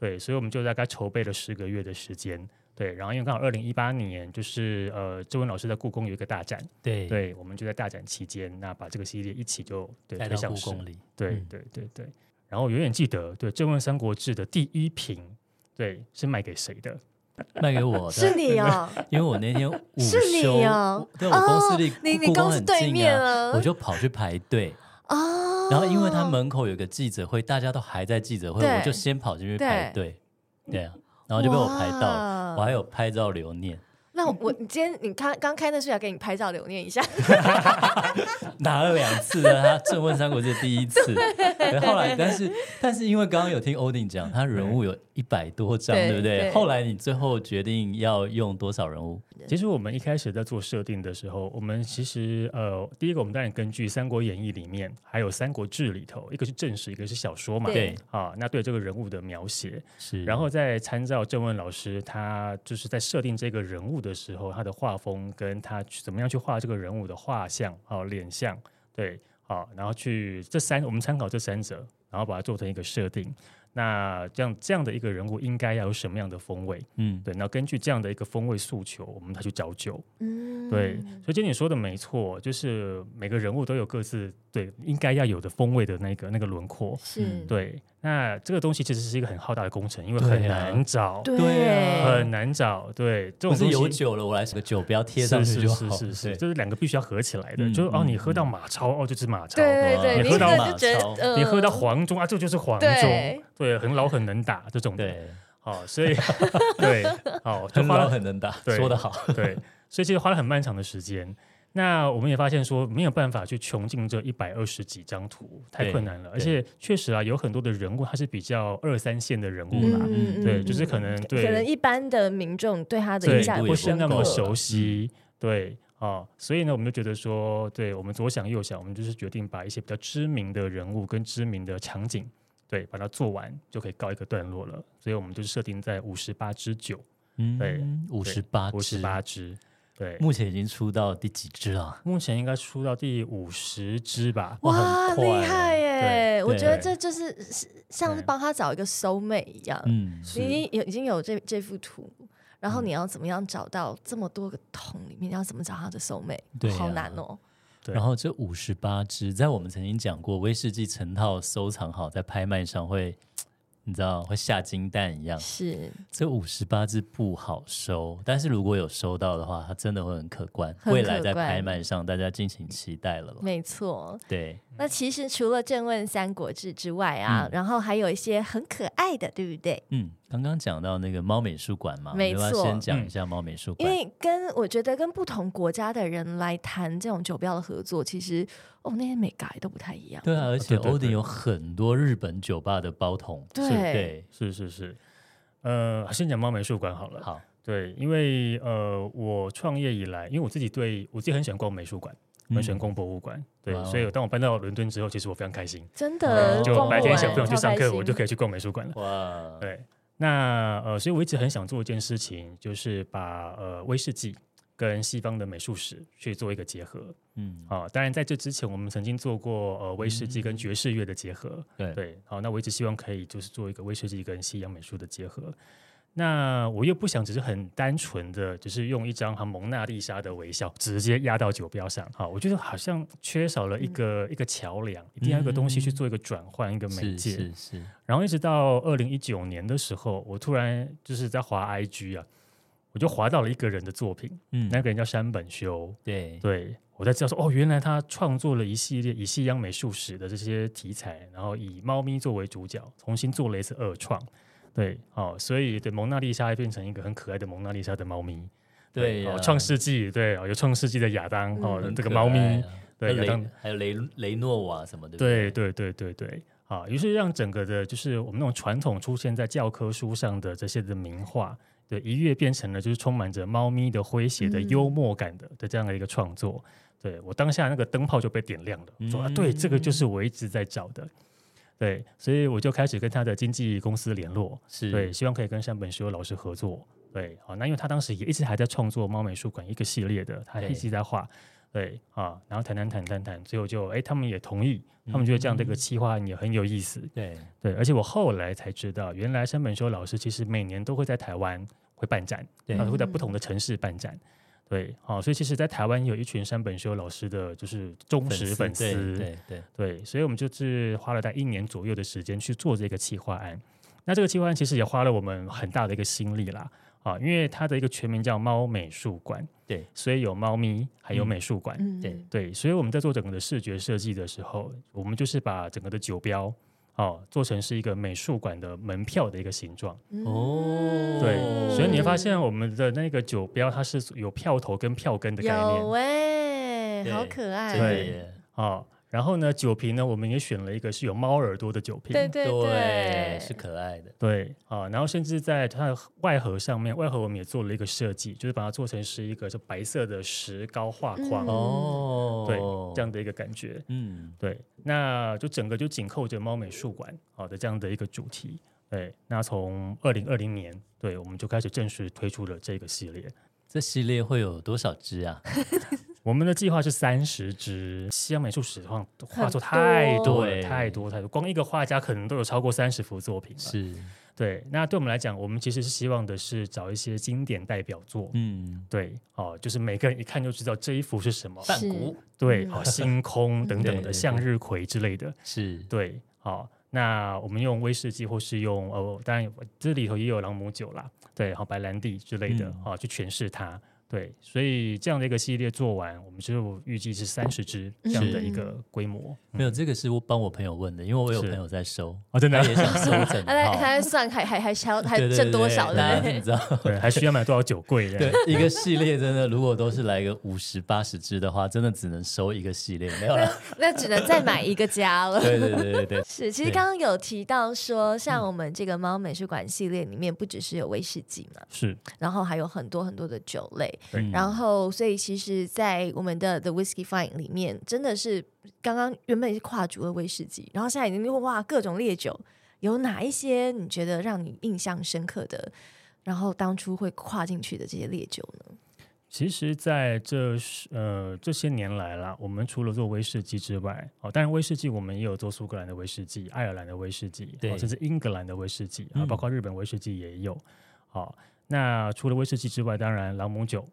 C: 对，所以我们就大概筹备了十个月的时间，对，然后因为刚好二零一八年就是呃郑问老师在故宫有一个大展，
A: 对
C: 对，我们就在大展期间，那把这个系列一起就对
A: 带
C: 推
A: 到
C: 向
A: 故
C: 市
A: 宫里
C: 对
A: 嗯
C: 对对对。然后永远记得，对《醉翁三国志》的第一瓶，对，是卖给谁的？
A: 卖给我
B: 是
A: 的，
B: 你哦，
A: 因为我那天午
B: 是你
A: 休，
B: 哦
A: 对我公司离
B: 哦你你
A: 故宫
B: 公司
A: 很
B: 对
A: 近
B: 面
A: 啊
B: 啊
A: 我就跑去排队。
B: 哦，
A: 然后因为他门口有个记者会，大家都还在记者会，
B: 对
A: 我就先跑进去排队，对啊，然后就被我排到了，
B: 哇
A: 我还有拍照留念，
B: 那我我你今天你看刚开那视角给你拍照留念一下，
A: 拿了两次的他《正问三国志》第一次，对后来但是但是因为刚刚有听欧丁讲，他人物有一百多张，
B: 对
A: 对不对？
B: 对
A: 后来你最后决定要用多少人物？
C: 其实我们一开始在做设定的时候，我们其实呃，第一个我们当然根据《三国演义》里面，还有《三国志》里头，一个是正史，一个是小说嘛，
A: 对，
C: 啊，那对这个人物的描写，
A: 是，
C: 然后再参照郑问老师他就是在设定这个人物的时候，他的画风跟他去怎么样去画这个人物的画像哦、脸像，对，好、然后去这三我们参考这三者，然后把它做成一个设定。那这样这样的一个人物应该要有什么样的风味？
A: 嗯，
C: 对，那根据这样的一个风味诉求，我们再去找酒。
B: 嗯，
C: 对，所以今天你说的没错，就是每个人物都有各自对应该要有的风味的那个那个轮廓。
B: 是，
C: 对，那这个东西其实是一个很浩大的工程，因为
A: 对
C: 很
A: 啊
C: 难找，
A: 对啊
C: 很难找。对，这
A: 不
C: 种
A: 是
C: 东
A: 有
C: 西。
A: 酒了，我来写个酒标贴
C: 是
A: 上去
C: 是
A: 就是好，
C: 是是，
A: 对
C: 就是两个必须要合起来的，
A: 嗯
C: 就是哦，
A: 嗯
C: 你喝到马超，哦，就是马超；
B: 对
A: 好
B: 对，
C: 你
B: 你
C: 喝
B: 一
C: 到
B: 个
A: 马
B: 就觉
A: 超
B: 得
C: 你喝到
B: 呃
C: 黄忠啊，这就是黄忠，
B: 对
C: 对，很老很能打这种的，
A: 对，
C: 好，所 以对，好，就
A: 很
C: 花了
A: 老很能打，
C: 对
A: 说得好，
C: 对，所以其实花了很漫长的时间。那我们也发现说，没有办法去穷尽这一百二十几张图，太
A: 对
C: 困难了。而
A: 对
C: 且确实啊，有很多的人物他是比较二三线的人物
A: 嗯
C: 啦，
A: 嗯
C: 对，就是可能对
B: 可能一般的民众对他的
C: 对
B: 印象
A: 不
C: 不
A: 深
C: 是那
A: 刻
C: 么
A: 了
C: 熟悉，对哦，所以呢，我们就觉得说，对我们左想右想，我们就是决定把一些比较知名的人物跟知名的场景，对，把它做完就可以告一个段落了。所以我们就设定在五十八支酒，对
A: 嗯，五十八
C: 五十
A: 支，
C: 八支，对。
A: 目前已经出到第几支了？
C: 目前应该出到第五十支吧。
A: 哇
B: 哇，
A: 很快
B: 厉害耶！
A: 对
B: 我觉得
C: 啊对
B: 这就是是像是
C: 对
B: 帮他找一个 soul mate 一样，
A: 嗯，
B: 你已经有已经有这这幅图，然
C: 嗯
B: 后你要怎么样找到这么多个桶里面，你要怎么找他的 soul mate？
A: 对啊
B: 好难哦。
C: 对
A: 然后这五十八支，在我们曾经讲过，威士忌成套收藏好，在拍卖上会，你知道会下金蛋一
C: 嗯
A: 样。
B: 是，
C: 啊
A: 这五十八支不好收，但是如果有收到的话，它真的会很可观。
B: 很可观
A: 未来在拍卖上，大家敬请期待了啦。
B: 没错。
A: 对，
B: 那其实除了正问《三国志》之外啊，
A: 嗯
B: 然后还有一些很可爱的，对不对？
A: 嗯，刚刚讲到那个猫美术馆嘛，
B: 没
A: 我们要不
B: 错嗯
A: 要先讲一下猫美术
B: 因
A: 馆。
B: 为跟我觉得跟不同国家的人来谈这种酒标的合作，其实哦那些美改都不太一样。
A: 对啊，而且
C: 对对对
A: 欧鼎有很多日本酒吧的包桶。
B: 对
A: 是对，
C: 是是是，呃，先讲猫美术馆好了。
A: 好，
C: 对，因为呃，我创业以来，因为我自己对我自己很喜欢逛美术馆，
A: 嗯
C: 很喜欢逛博物馆，对，
A: 哇哦
C: 所以当我搬到伦敦之后，其实我非常开心，
B: 真的，
A: 哦
C: 就
B: 逛不
C: 白天
B: 完
C: 想不想去
B: 超
C: 上
B: 开
C: 课，
B: 心
C: 我就可以去逛美术馆了。
A: 哇，
C: 对，那呃，所以我一直很想做一件事情，就是把呃威士忌跟西方的美术史去做一个结合。
A: 嗯，
C: 啊、当然在这之前，我们曾经做过呃威士忌跟爵士乐的结合，
A: 对
C: 对，好，那我一直希望可以就是做一个威士忌跟西洋美术的结合。那我又不想只是很单纯的，只是用一张很蒙娜丽莎的微笑直接压到酒标上，好，我觉得好像缺少了一个、一个桥梁，一定要有一个东西去做一个转换，一个媒
A: 嗯是
C: 介。
A: 是是，
C: 然后一直到二零一九年的时候，我突然就是在滑 IG 啊，我就滑到了一个人的作品，
A: 嗯，
C: 那个人叫山本修，
A: 对，
C: 对我才知道说，哦，原来他创作了一系列以西洋美术史的这些题材，然后以猫咪作为主角，重新做了一次二创。对，哦，所以对蒙娜丽莎还变成一个很可爱的蒙娜丽莎的猫咪。
A: 对呀
C: 哦，创世纪，对，哦有创世纪的亚当，哦，
A: 嗯很
C: 这个
A: 可
C: 猫咪，
A: 爱啊
C: 对
A: 还有
C: 亚当
A: 雷还有雷雷诺瓦什么的，
C: 对对对对对，啊，于是让整个的，就是我们那种传统出现在教科书上的这些的名画，对，一跃变成了就是充满着猫咪的诙谐的
B: 嗯
C: 幽默感的的这样的一个创作。对我当下那个灯泡就被点亮了，说啊，对，这个就是我一直在找的。对，所以我就开始跟他的经纪公司联络，
A: 是，
C: 对，希望可以跟山本修老师合作。对，好，那因为他当时也一直还在创作猫美术馆一个系列的，他
A: 对
C: 一直在画。对啊，然后谈谈谈谈谈，最后就哎，他们也同意，他们觉得这样的一
A: 嗯
C: 个企划案也很有意思。
A: 对，
C: 对，而且我后来才知道，原来山本修老师其实每年都会在台湾会办展，
A: 对
C: 他会在不同的城市办展。对，好、所以其实，在台湾有一群山本修老师的就是忠实粉
A: 对
C: 丝，
A: 对对，
C: 对，所以我们就是花了大概一年左右的时间去做这个企划案。那这个企划案其实也花了我们很大的一个心力啦，啊，因为它的一个全名叫猫美术馆，
A: 对，
C: 所以有猫咪还有
A: 嗯
C: 美术馆，
B: 嗯
A: 对
C: 对，所以我们在做整个的视觉设计的时候，我们就是把整个的酒标。哦，做成是一个美术馆的门票的一个形状，
B: 嗯
A: 哦
C: 对，
A: 哦
C: 所以你会发现我们的那个酒标它是有票头跟票根的概念，
B: 有哎、
A: 对
B: 好可
A: 真
B: 爱，
A: 的
C: 对
A: 耶，
C: 哦，然后呢，酒瓶呢，我们也选了一个是有猫耳朵的酒瓶，
B: 对对对，
A: 是可爱的，
C: 对啊、然后甚至在它的外盒上面，外盒我们也做了一个设计，就是把它做成是一个就白色的石膏画框，
B: 嗯
A: 哦，
C: 对，这样，的一个感觉。
A: 嗯，
C: 对，那就整个就紧扣着猫美术馆好、的这样的一个主题。对，那从二零二零年，对我们就开始正式推出了这个系列。
A: 这系列会有多少只 啊？
C: 我们的计划是三十只，西洋美术史上画作
B: 很
C: 太多
A: 多
C: 了，太多太多，光一个画家可能都有超过三十幅作品了。
A: 是，
C: 对，那对我们来讲，我们其实是希望的是找一些经典代表作，
A: 嗯，
C: 对，哦，就是每个人一看就知道这一幅是什么，
A: 半
B: 是
A: 谷
C: 对，
B: 嗯
C: 哦，星空等等
A: 对
C: 的
A: 对
C: 向
A: 对
C: 日葵之类的，
A: 是，
C: 对，好、那我们用威士忌或是用哦，当然这里头也有朗姆酒啦，对，好、白兰地之类的，
A: 嗯
C: 哦，去诠释它。对，所以这样的一个系列做完，我们就预计是三十支这样
A: 嗯
C: 的一个规模。
A: 没有，这个是我帮我朋友问的，因为我有
C: 嗯是
A: 朋友在收，
C: 哦，真
A: 他
C: 的，
A: 也想收整
B: 他在他
A: 套，
B: 在算还还还还还
A: 对对
B: 挣多
A: 对
B: 少
A: 大
B: 的，
A: 家你知道。
C: 对，还需要买多少酒柜？这
A: 对
C: 样，
A: 一个系列真的，如果都是来个五十八十支的话，真的只能收一个系列，没有了。
B: 那只能再买一个家了。
A: 对对对对对，
B: 是，其实
A: 对嗯
B: 刚刚有提到说，像我们这个猫美术馆系列里面，不只是有威士忌嘛，
C: 是
B: 然后还有很多很多的酒类，
C: 对
A: 嗯
B: 然后所以其实，在我们的 The Whiskey Fine 里面，真的是刚刚原本是跨足了威士忌，然后现在已经哇各种烈酒，有哪一些你觉得让你印象深刻的？然后当初会跨进去的这些烈酒呢？
C: 其实，在这是呃这些年来啦，我们除了做威士忌之外，哦，当然威士忌我们也有做苏格兰的威士忌、爱尔兰的威士忌，
A: 对
C: 哦、甚至英格兰的威士忌啊、
A: 嗯
C: 包括日本威士忌也有。好、那除了威士忌之外，当然朗姆酒。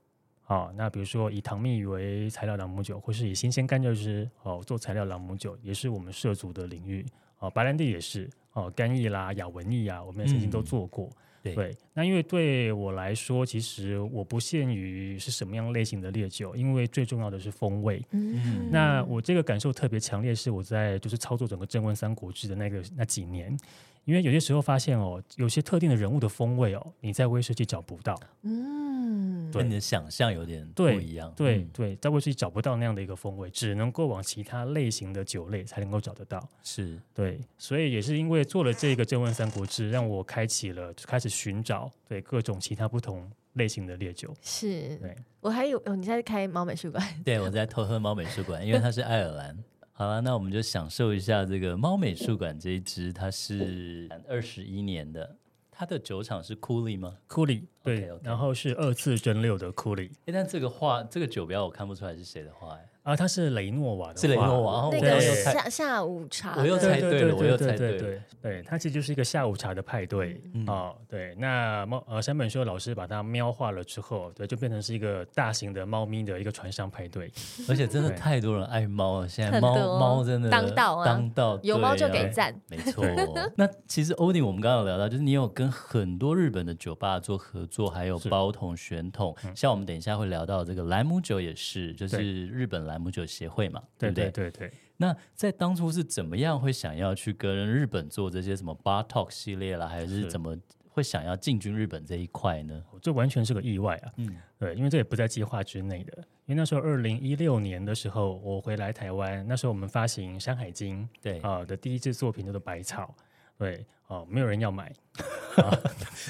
C: 好、啊那比如说以糖蜜为材料朗姆酒，或是以新鲜甘蔗汁哦做材料朗姆酒，也是我们涉足的领域。哦，白兰地也是哦，干邑啦、雅文邑啊，我们也曾经都
A: 嗯
C: 做过。
A: 对
C: 对，那因为对我来说，其实我不限于是什么样类型的烈酒，因为最重要的是风味。
A: 嗯
C: 那我这个感受特别强烈，是我在就是操作整个《正温三国志》的那个那几年，因为有些时候发现哦，有些特定的人物的风味哦，你在威士忌找不到。
B: 嗯，
A: 跟你的想象有点不
C: 对
A: 一样。
C: 对、
A: 嗯
C: 对，在威士忌找不到那样的一个风味，只能够往其他类型的酒类才能够找得到。
A: 是，
C: 对，所以也是因为做了这个《正问三国志》，让我开启了开始寻找对各种其他不同类型的烈酒。
B: 是
C: 对，
B: 我还有哦，你在开猫美术馆，
A: 对我在偷喝猫美术馆，因为它是爱尔兰。好啊了，那我们就享受一下这个猫美术馆这一支，它是二十一年的，它的酒厂是 Cooley 吗？
C: 库里，对
A: OK，OK
C: 然后是二次蒸馏的库里，
A: 哎，但这个画，这个酒标我看不出来是谁的画，哎，
C: 啊，它是雷诺瓦的画，
A: 是雷诺瓦哦
B: 那
A: 对
B: 个
A: 我又猜
B: 下下午茶的，
A: 我又猜对了我又猜
C: 对
A: 对
C: 对，对，它其实就是一个下午茶的派对
A: 嗯
C: 哦。对，那猫呃山本修老师把它喵化了之后，对，就变成是一个大型的猫咪的一个船上派对。
A: 而且真的
C: 对
A: 太多人爱猫了，现在
B: 很
A: 猫
B: 多
A: 猫真的
B: 当道啊
A: 当道
B: 有猫就
A: 对啊
B: 给赞，
A: 没错。那其实欧弟，我们刚刚有聊到，就是你有跟很多日本的酒吧做合作，还有
C: 是嗯
A: 包桶、选桶，像我们等一下会聊到这个莱姆酒也是，就是
C: 对
A: 日本莱姆酒协会嘛，
C: 对
A: 不对？
C: 对对对。
A: 那在当初是怎么样会想要去跟日本做这些什么 Bar Talk 系列啦，还是
C: 是
A: 怎么会想要进军日本这一块呢？
C: 哦这完全是个意外啊。
A: 嗯
C: 对，因为这也不在计划之内的。因为那时候二零一六年的时候，我回来台湾，那时候我们发行《山海经
A: 对》
C: 啊、的第一支作品叫做《百草》，对，哦、没有人要买，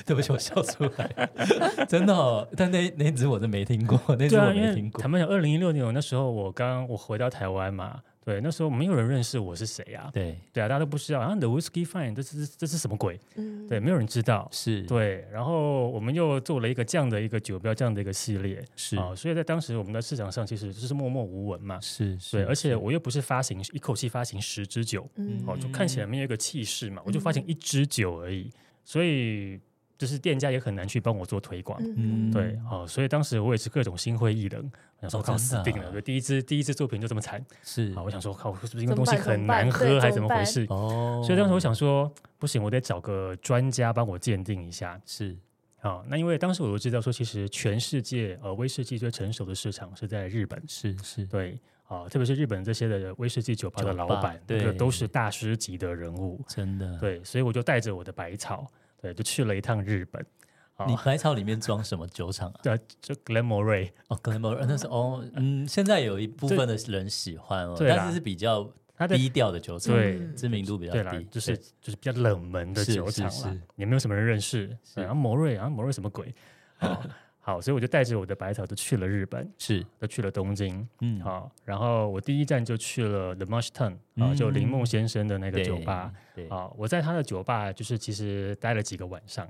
A: 对不起，我笑出来， 真的、哦。但那那只我真没听过，那只
C: 对
A: 我
C: 啊，因
A: 没
C: 为
A: 听过。
C: 坦白讲，二零一六年我那时候我刚我回到台湾嘛，对，那时候没有人认识我是谁啊，
A: 对，
C: 对啊，大家都不知道，啊，你的 Whisky Fine 这是这是什么鬼？
B: 嗯
C: 对，没有人知道。
A: 是，
C: 对，然后我们又做了一个这样的一个酒标，这样的一个系列
A: 是、
C: 啊、所以在当时我们的市场上其实就是默默无闻嘛。
A: 是是，
C: 对，而且
A: 是
C: 我又不是发行一口气发行十支酒，
B: 嗯
C: 哦，就看起来没有一个气势嘛，我就发行一支酒而已，所以就是店家也很难去帮我做推广。
B: 嗯，
C: 对，哦，所以当时我也是各种心灰意冷，我想说
A: 哦
C: 靠
A: 真的
C: 死
A: 啊
C: 定了，对第一支第一支作品就这么惨，
A: 是
C: 啊，我想说靠，是不是因为
D: 怎么
C: 东西
D: 办怎么
C: 很难
D: 办
C: 喝
D: 对
C: 还是
D: 怎
C: 怎
D: 么
C: 么回
D: 办
C: 事？
A: 哦，
C: 所以当时我想说，不行，我得找个专家帮我鉴定一下。
A: 是
C: 啊，那因为当时我就知道说，其实全世界呃威士忌最成熟的市场是在日本，
A: 是是，
C: 对啊，特别是日本这些的威士忌酒吧的
A: 酒吧
C: 老板，
A: 对嗯
C: 这个都是大师级的人物，
A: 真的。
C: 对，所以我就带着我的百草，对，就去了一趟日本。啊
A: 你，百草里面装什么酒厂啊？
C: 对，就 Glenmorangie，
A: 哦 g l e m o r 那是哦，嗯，现在有一部
C: 对
A: 分的人喜欢哦，
C: 对啦
A: 但是是比较
C: 它的
A: 低调的酒厂，
C: 对
D: 嗯
A: 知名度比较
C: 对啦
A: 低，，
C: 就是
A: 对
C: 就是比较冷门的
A: 是
C: 酒
A: 是
C: 厂啦
A: 是，
C: 也没有什么人认识。啊
A: 是
C: 然后摩瑞，然后摩瑞什 么鬼？啊，好，所以我就带着我的百草就去了日本，
A: 是
C: 就去了东京。
A: 嗯，
C: 好，然后我第一站就去了 The Mushton，啊，就林梦先生的那个
A: 对
C: 酒吧。，
A: 嗯对，
C: 啊，我在他的酒吧就是其实待了几个晚上。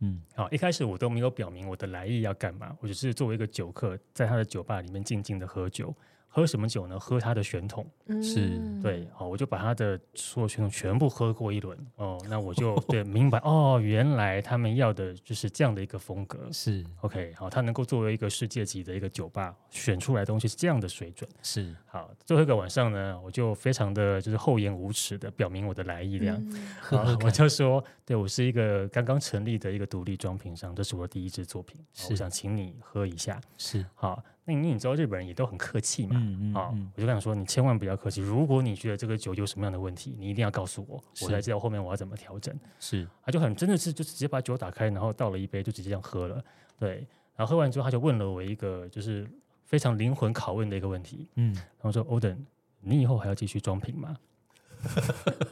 A: 嗯，
C: 啊，一开始我都没有表明我的来意要干嘛，我只是作为一个酒客，在他的酒吧里面静静的喝酒。喝什么酒呢？喝他的血统。
B: 嗯
A: 是
C: 对，好，我就把他的所有血统全部喝过一轮。哦，那我就对明白哦，原来他们要的就是这样的一个风格。
A: 是
C: OK，好，他能够作为一个世界级的一个酒吧选出来的东西是这样的水准。
A: 是，
C: 好，最后一个晚上呢，我就非常的就是厚颜无耻的表明我的来意，
B: 嗯
C: 这样、
A: 喝喝
C: 啊 我
A: 看
C: 就说，对我是一个刚刚成立的一个独立装瓶商，这是我的第一支作品，啊我
A: 是
C: 想请你喝一下。
A: 是，
C: 好，那你你知道日本人也都很客气嘛，
A: 嗯嗯
C: 啊、
A: 嗯，
C: 我就想说，你千万不要客气。如果你觉得这个酒有什么样的问题，你一定要告诉我，
A: 是
C: 我才知道后面我要怎么调整。
A: 是
C: 他就很真的是就直接把酒打开，然后倒了一杯，就直接这样喝了。对，然后喝完之后，他就问了我一个就是非常灵魂拷问的一个问题，
A: 嗯，
C: 然后说：“欧登，你以后还要继续装瓶吗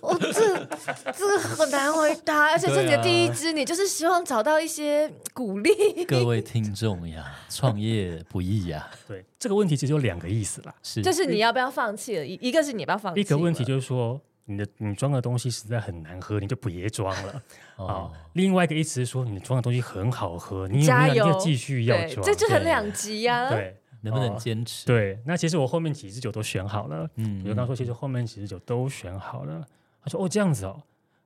D: 哦，这这个很难回答，而且这是你
A: 对啊
D: 的第一支，你就是希望找到一些鼓励，
A: 各位听众呀，创业不易 呀，？”
C: 对，这个问题其实有两个意思啦。
A: 是，
D: 就是你要不要放弃了，一一个是你要不要放弃，
C: 啊一个问题就是说，你的你装的东西实在很难喝，你就别装了啊、
A: 哦，
C: 另外一个意思是说，你装的东西很好喝，你有
D: 加
C: 没有一定要
D: 油
C: 继续要
D: 对，
C: 装？
D: 这就很
A: 对
D: 两极
B: 啊
D: 呀。
C: 对
A: 能不能
C: 哦
A: 坚持？
C: 对，那其实我后面几支酒都选好了，
A: 嗯，嗯，
C: 我就跟他说，其实后面几支酒都选好了。他说：“哦，这样子哦，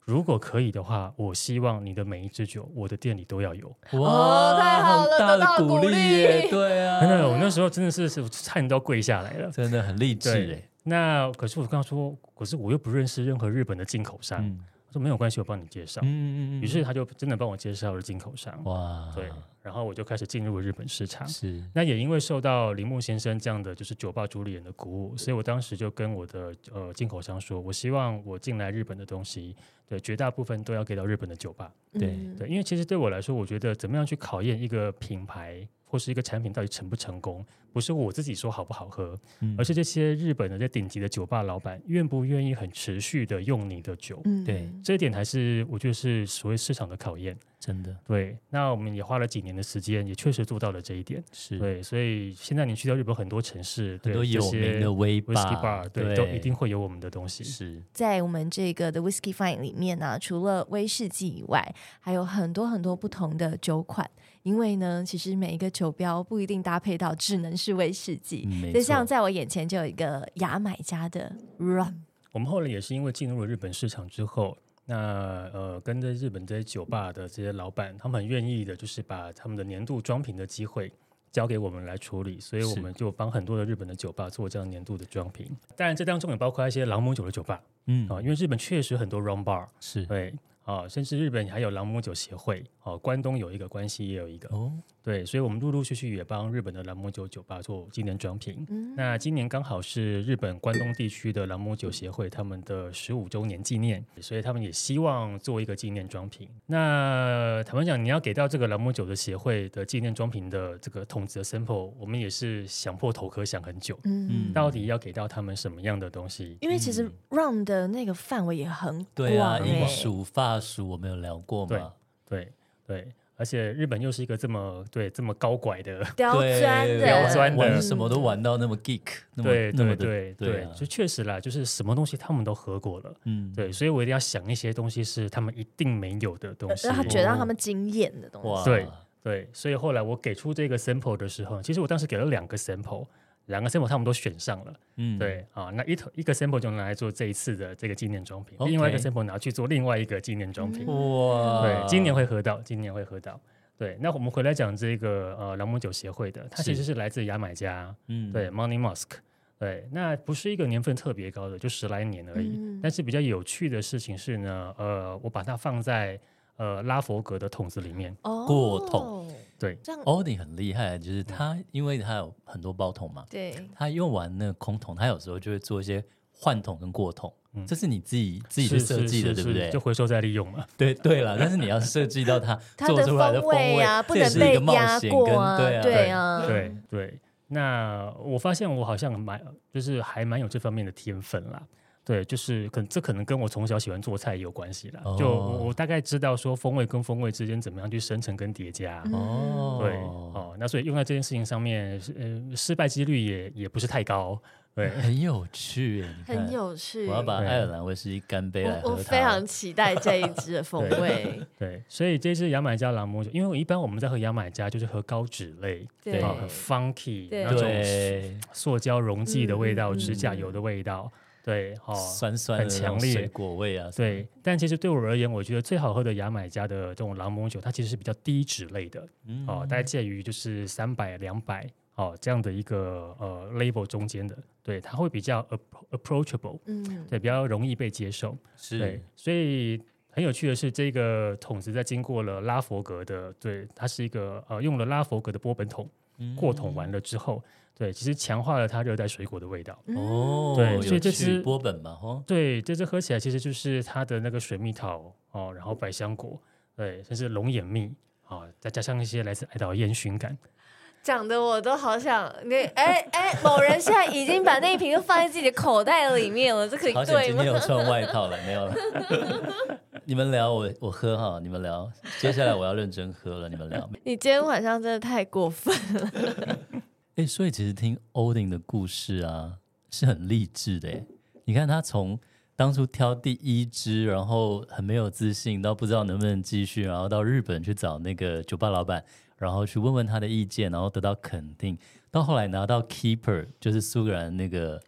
C: 如果可以的话，我希望你的每一支酒，我的店里都要有。
D: 哦太好了
A: 大
D: 得到
A: 的
D: 鼓
A: 励
D: 励
A: 耶！对啊，
C: 真的，我那时候真的是是差点都要跪下来了。
A: 真的很励志
C: 对
A: 哎。
C: 那可是我跟他说，可是我又不认识任何日本的进口商。
A: 嗯
C: 他说没有关系，我帮你介绍。
A: 嗯嗯嗯
C: 于是他就真的帮我介绍了进口商。
A: 哇，
C: 对，嗯然后我就开始进入了日本市场。
A: 是
C: 那也因为受到铃木先生这样的就是酒吧主理人的鼓舞，所以我当时就跟我的呃进口商说，我希望我进来日本的东西，对绝大部分都要给到日本的酒吧。
A: 对
D: 嗯
C: 对，因为其实对我来说，我觉得怎么样去考验一个品牌或是一个产品到底成不成功，不是我自己说好不好喝，
A: 嗯
C: 而是这些日本的这顶级的酒吧老板愿不愿意很持续的用你的酒。
D: 嗯
A: 对
C: 这一点还是我觉得是所谓市场的考验。
A: 真的
C: 对，那我们也花了几年的时间，也确实做到了这一点。
A: 是
C: 对，所以现在你去到日本很多城市，
A: 很
C: 对
A: 多有名的威
C: w h i s k y bar，对，
A: 对，
C: 都一定会有我们的东西。
A: 是
B: 在我们这个的 Whisky Fine 里面呢、啊除了威士忌以外，还有很多很多不同的酒款。因为呢，其实每一个酒标不一定搭配到只能是威士忌。
A: 嗯没
B: 就像
A: 错
B: 在我眼前就有一个牙买加的 rum，
C: 我们后来也是因为进入了日本市场之后，那呃，跟着日本这些酒吧的这些老板，他们很愿意的，就是把他们的年度装瓶的机会。交给我们来处理，所以我
A: 是
C: 们就帮很多的日本的酒吧做这样年度的装瓶。当然，这当中也包括一些朗姆酒的酒吧
A: 嗯
C: 啊，因为日本确实很多 rum bar，
A: 是
C: 对啊，甚至日本还有朗姆酒协会哦、关东有一个，关西也有一个，
A: 哦
C: 对，所以我们陆陆续续也帮日本的朗姆酒酒吧做今年装瓶。那今年刚好是日本关东地区的朗姆酒协会他们的十五周年纪念，所以他们也希望做一个纪念装瓶。那坦白讲，你要给到这个朗姆酒的协会的纪念装瓶的这个桶子的 sample，我们也是想破头壳想很久，
A: 嗯
D: 嗯，
C: 到底要给到他们什么样的东西？
D: 因为其
C: 嗯
D: 实 rum 的那个范围也很广、欸，
A: 对啊，
C: 英
A: 英
C: 广
A: 属法属我们有聊过
C: 对
A: 嘛？
C: 对对，而且日本又是一个这么对这么高拐的，
D: 刁
A: 对
D: 钻的，嗯
C: 刁钻的
A: 玩什么都玩到那么 geek，那么
C: 对
A: 那么
C: 对
A: 的
C: 对
A: 对啊
C: 就确实啦，就是什么东西他们都喝过了。
A: 嗯
C: 对，所以我一定要想一些东西是他们一定没有的东西。
D: 呃让他觉得
A: 哦
D: 让他们惊艳的东西。
A: 哇
C: 对对，所以后来我给出这个 sample 的时候，其实我当时给了两个 sample，两个 sample 他们都选上了，
A: 嗯，
C: 对啊，那一头一个 sample 就拿来做这一次的这个纪念装品
A: OK
C: 另外一个 sample 拿去做另外一个纪念装品。
A: 哇，
C: 对，今年会喝到，今年会喝到。对，那我们回来讲这个呃朗姆酒协会的，它其实
A: 是
C: 是来自牙买加，
A: 嗯
C: 对 Money Musk，对，那不是一个年份特别高的，就十来年而已。
D: 嗯
C: 但是比较有趣的事情是呢，呃，我把它放在呃拉佛格的桶子里面，
D: 哦
A: 过哦桶
C: 对，
D: 这样
A: o d i 很厉害，就是他因为他有很多包桶嘛，
D: 对，
A: 他用完那个空桶，他有时候就会做一些换桶跟过桶，这是你自己自己去
C: 嗯是
A: 设计的，
C: 是
A: 对
C: 是
A: 不对
C: 就？回收再利用嘛。
A: 对对了，但是你要设计到它
D: 它
A: 做
D: 的
A: 出来的
D: 风味啊不
A: 风这也
D: 能
A: 是一
D: 被
A: 个冒
D: 压
A: 险
D: 过
A: 跟
D: 啊
A: 对啊，
D: 对
B: 嗯
D: 啊
C: 对对，那我发现我好像蛮就是还蛮有这方面的天分啦。对，就是可这可能跟我从小喜欢做菜有关系啦。就
A: 哦
C: 我我大概知道说风味跟风味之间怎么样去生成跟叠加。
A: 哦，
C: 对哦，那所以用在这件事情上面，是呃，失败几率也也不是太高。对，
A: 很有趣耶，你看
D: 很。有趣。
A: 哎我要把
C: 对
A: 爱尔兰威士忌干杯来
D: 我
A: 喝
D: 我
A: 它
D: 非常期待这一支的风
C: 对
D: 味。
C: 对，所以这支牙买加朗姆酒，因为我一般我们在喝牙买加就是喝高脂类，
A: 对
C: 啊很 funky，
D: 对
C: 那种
A: 对
C: 塑胶溶剂的味道、
D: 嗯嗯
C: 指甲
D: 嗯
C: 油的味道，对，哦，
A: 酸酸的
C: 很
A: 那种
C: 强烈
A: 水果味啊，
C: 对，但其实对我而言，我觉得最好喝的牙买加的这种朗姆酒，它其实是比较低脂类的
A: 嗯
C: 哦，大概介于就是三百、两百哦这样的一个呃 label 中间的，对，它会比较 appro- approachable，
D: 嗯，
C: 对，比较容易被接受，对
A: 是，
C: 所以。很有趣的是，这个桶子在经过了拉佛格的，对，它是一个呃用了拉佛格的波本桶
A: 嗯
C: 过桶完了之后，对，其实强化了它热带水果的味道。
A: 嗯哦，
C: 对
A: 有
C: 所以这
A: 趣
C: 支
A: 波本嘛，吼，
C: 对，这支喝起来其实就是它的那个水蜜桃哦，然后百香果，对，甚至龙眼蜜啊、哦，再加上一些来自爱岛的烟熏感，
D: 讲的我都好想你哎哎，某人现在已经把那一瓶都放在自己的口袋里面了，这可以
A: 好险
D: 对
A: 今
D: 吗
A: 天？有穿外套了，没 有了。你们聊，我我喝哈，你们聊。接下来我要认真喝了，你们 聊。
D: 你今天晚上真的太过分了，
A: 哎、所以其实听 Odin 的故事啊，是很励志的诶。你看他从当初挑第一支，然后很没有自信，到不知道能不能继续，然后到日本去找那个酒吧老板，然后去问问他的意见，然后得到肯定，到后来拿到 Keeper，就是苏格兰那个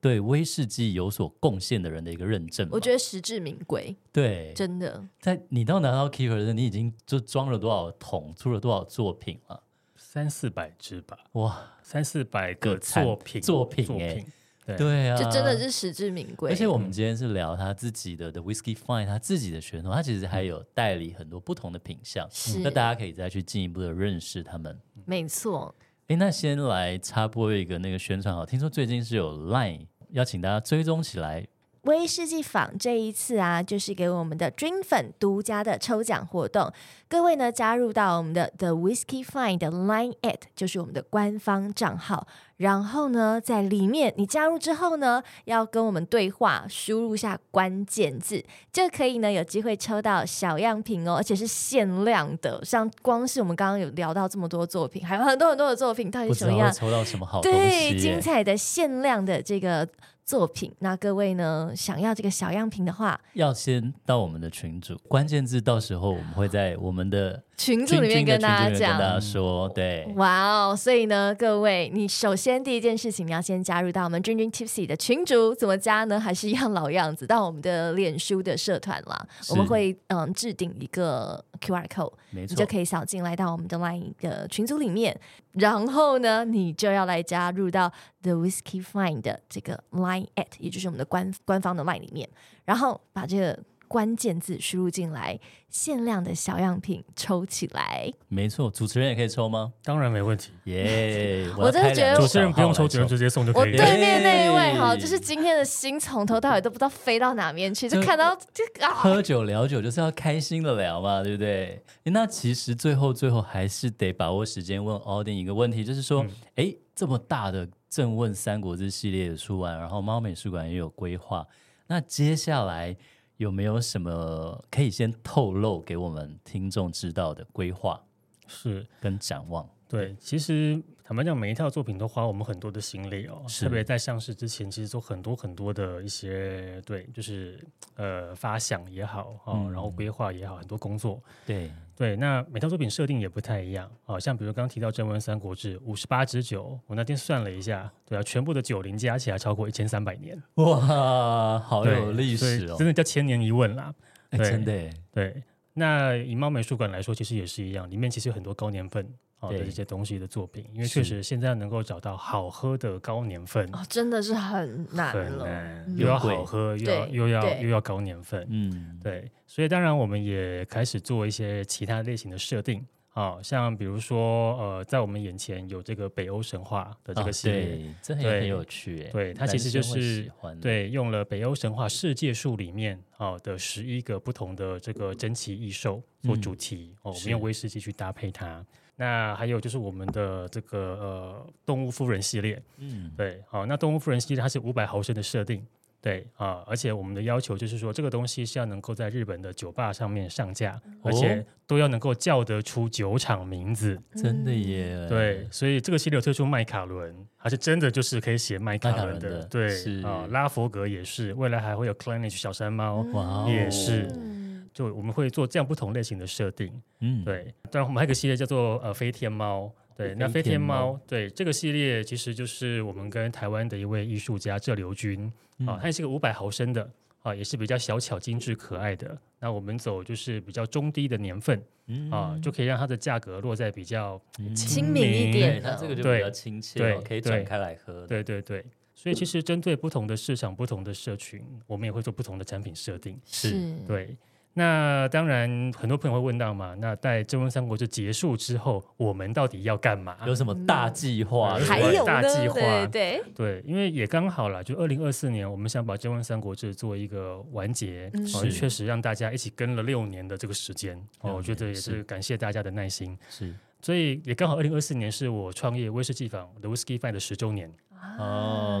A: 对威士忌有所贡献的人的一个认证嘛。
D: 我觉得实至名归，
A: 对，
D: 真的。
A: 在你到拿到 keeper 的时候，你已经就装了多少桶，出了多少作品了？
C: 三四百支吧，
A: 哇，
C: 三四百
A: 个
C: 个
A: 产
C: 作品
A: 作品
C: 作
A: 欸
C: 品，对
A: 对啊，
D: 就真的。是实至名归，
A: 而且我们今天是聊他自己的 The Whiskey Fine，他自己的选手，他其实还有代理很多不同的品相，
D: 是
A: 那大家可以再去进一步的认识他们。
D: 没错，
A: 诶，那先来插播一个那个宣传好，听说最近是有 Line 要请大家追踪起
D: 哎
A: 来，
B: 威士忌坊这一次啊，就是给我们的 Dream 粉独家的抽奖活动。各位呢，加入到我们的 The Whiskey Find 的 Line at，就是我们的官方账号。然后呢，在里面你加入之后呢，要跟我们对话，输入下关键字，就可以呢有机会抽到小样品哦，而且是限量的。像光是我们刚刚有聊到这么多作品，还有很多很多的作品，到底
A: 不知
B: 什么
A: 道
B: 样
A: 会？抽到什么好东西
B: 对，
A: 耶。
B: 精彩的限量的这个作品。那各位呢，想要这个小样品的话，
A: 要先到我们的群组，关键字到时候我们会在我们的
D: 群组
A: 君
D: 里面
A: 君的
D: 跟
A: 群
D: 大家
A: 组里面跟大
D: 讲。
A: 家说，对，
B: 哇哦！所以呢，各位，你首先第一件事情，你要先加入到我们君君 Tipsy 的群组，怎么加呢？还是一样老样子，到我们的脸书的社团啦，
A: 是
B: 我们会嗯置顶一个 QR code，
A: 没
B: 你
A: 错
B: 就，可以扫进来到我们的 LINE 的群组里面，然后呢，你就要来加入到 The Whiskey Find 的这个 LINE at，也就是我们的官官方的 LINE 里面，然后把这个关键字输入进来，限量的小样品抽起来。
A: 没错。主持人也可以抽吗？
C: 当然没问题。
A: 耶、
B: 我真的觉得
C: 主持人不用抽，主持人直接送就
D: 我
B: 哦
C: 可以
D: 对
C: 了。
D: 面那一位哈，
A: 耶
D: 就是今天的心从头到尾都不知道飞到哪边去，就
A: 就
D: 看到这个啊，
A: 喝酒聊酒就是要开心的聊嘛，对不对？诶那其实最后最后还是得把握时间问 Audin 一个问题，就是
C: 嗯
A: 说，哎、这么大的《正问三国志》系列的出完，然后猫美术馆也有规划，那接下来有没有什么可以先透露给我们听众知道的规划
C: 是，
A: 跟展望？
C: 对，其实坦白讲，每一套作品都花我们很多的心力哦，
A: 是
C: 特别在上市之前，其实做很多很多的一些嗯对，就是呃发想也好哦，然后规划也好，很多工作。
A: 对，
C: 对，那每套作品设定也不太一样，好、像比如刚刚提到《征文三国志》五十八支酒，我那天算了一下，对啊，全部的酒龄加起来超过一千三百年，
A: 哇，好
C: 对
A: 有历
C: 所以
A: 史哦
C: 真，的叫千年一问啦。
A: 哎
C: 对
A: 真的耶，
C: 对，那以猫美术馆来说，其实也是一样，里面其实有很多高年份啊、的
A: 对
C: 这些东西的作品，因为
A: 是
C: 确实现在能够找到好喝的高年份
D: 哦，真的是很难
C: 很
D: 了。
C: 难，
D: 嗯
C: 又要
A: 又贵
C: 好喝，又要
D: 对
C: 又要
D: 对
C: 又要高年份，
A: 嗯，
C: 对，所以当然我们也开始做一些其他类型的设定。啊，像比如说，呃，在我们眼前有这个北欧神话的这
A: 啊
C: 个系列，
A: 对，这很
C: 对
A: 很有趣耶，
C: 对它其实
A: 男生会
C: 就是
A: 喜欢的，
C: 对，用了北欧神话世界树里面哦的十一个不同的这个珍奇异兽做主题、哦，我
A: 嗯是
C: 们用威士忌去搭配它。那还有就是我们的这个呃动物夫人系列，
A: 嗯，
C: 对，好、那动物夫人系列它是五百毫升的设定，对啊，而且我们的要求就是说这个东西是要能够在日本的酒吧上面上架，而
A: 哦
C: 且都要能够叫得出酒厂名字，
A: 真的耶，
C: 对，，所以这个系列有推出麦卡伦，它是真的就是可以写麦
A: 麦
C: 卡
A: 卡
C: 伦
A: 伦
C: 的，
A: 的是
C: 对啊、拉佛格也是，未来还会有 Clanage 小山猫，
A: 哇哦，
C: 也是
D: 嗯
C: 就我们会做这样不同类型的设定。
A: 嗯，
C: 对，当然我们还有一个系列叫做呃飞天猫。对，那
A: 飞
C: 飞天
A: 天猫
C: 猫，对这个系列其实就是我们跟台湾的一位艺术家郑流君
A: 嗯
C: 啊，它也是个五百毫升的啊，也是比较小巧、精致、可爱的。那我们走就是比较中低的年份
A: 嗯
C: 啊，就可以让它的价格落在比较
D: 亲民一点
A: 对，它这个就比
C: 对
A: 较亲切哦，
C: 对
A: 可以展开来喝。
C: 对对对，所以其实针对不同的市场、不同的社群，我们也会做不同的产品设定。
A: 是，
C: 对，那当然很多朋友会问到嘛，那在《真文三国》就结束之后，我们到底要干嘛？
A: 有什么大计划？
C: 嗯
A: 是吧
D: 还有
C: 大
D: 呢，
C: 计划
D: 对对，
C: 对，因为也刚好啦，就二零二四年，我们想把《真文三国志》做一个完结，
D: 嗯
C: 哦
A: 是
C: 确实让大家一起跟了六年的这个时间，
A: 六
C: 哦，我觉
A: 年
C: 得也
A: 是
C: 是感谢大家的耐心。
A: 是
C: 所以也刚好二零二四年是我创业威士忌坊的 Whisky Fine 的十周年。
A: 哦，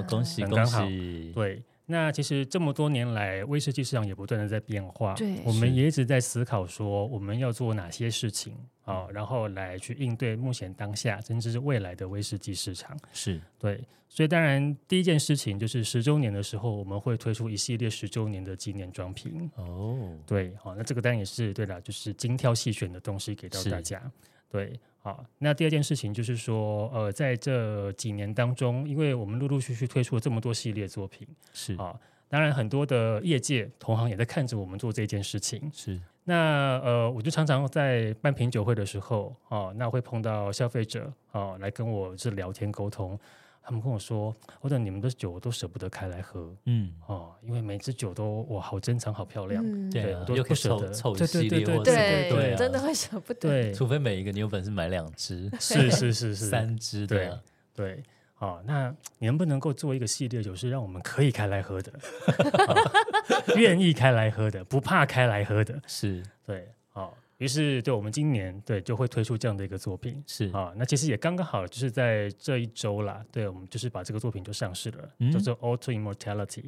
D: 嗯啊
A: 恭喜
C: 很
A: 恭
C: 刚好
A: 喜！
C: 对，那其实这么多年来，威士忌市场也不断的在变化，
D: 对
C: 我
A: 是
C: 们也一直在思考说我们要做哪些事情
A: 嗯
C: 啊、然后来去应对目前当下，甚至是未来的威士忌市场。
A: 是
C: 对，所以当然第一件事情就是十周年的时候，我们会推出一系列十周年的纪念装瓶。
A: 哦，
C: 对，好、那这个当然也是对啦，就是精挑细选的东西给到
A: 是
C: 大家。对，好、那第二件事情就是说，呃，在这几年当中，因为我们陆陆续续推出了这么多系列作品。
A: 是
C: 啊，当然，很多的业界同行也在看着我们做这件事情。
A: 是
C: 那呃，我就常常在办品酒会的时候，哦、那会碰到消费者哦、来跟我是聊天沟通。他们跟我说，或者你们的酒我都舍不得开来喝
A: 嗯，
C: 哦，因为每支酒都哇好珍藏，好漂亮。
D: 嗯
A: 对啊
C: 我，都
A: 又可
C: 不
A: 以
C: 舍
A: 凑凑
C: 得
A: 一
C: 对
A: 系
C: 对对
A: 列
C: 对
A: 或什
C: 对
A: 么
D: 对
A: 对啊，
D: 真的会舍不得。
C: 对，
A: 除非每一个你有本事买两只、
C: 是是是是，
A: 三只的啊，
C: 对，哦，那你能不能够做一个系列酒是让我们可以开来喝的，哦 愿意开来喝的，不怕开来喝的？
A: 是
C: 对，好、于是对我们今年对就会推出这样的一个作品
A: 是
C: 啊、那其实也刚刚好，就是在这一周啦，对我们就是把这个作品就上市了，
A: 嗯
C: 叫做《Auto Immortality》。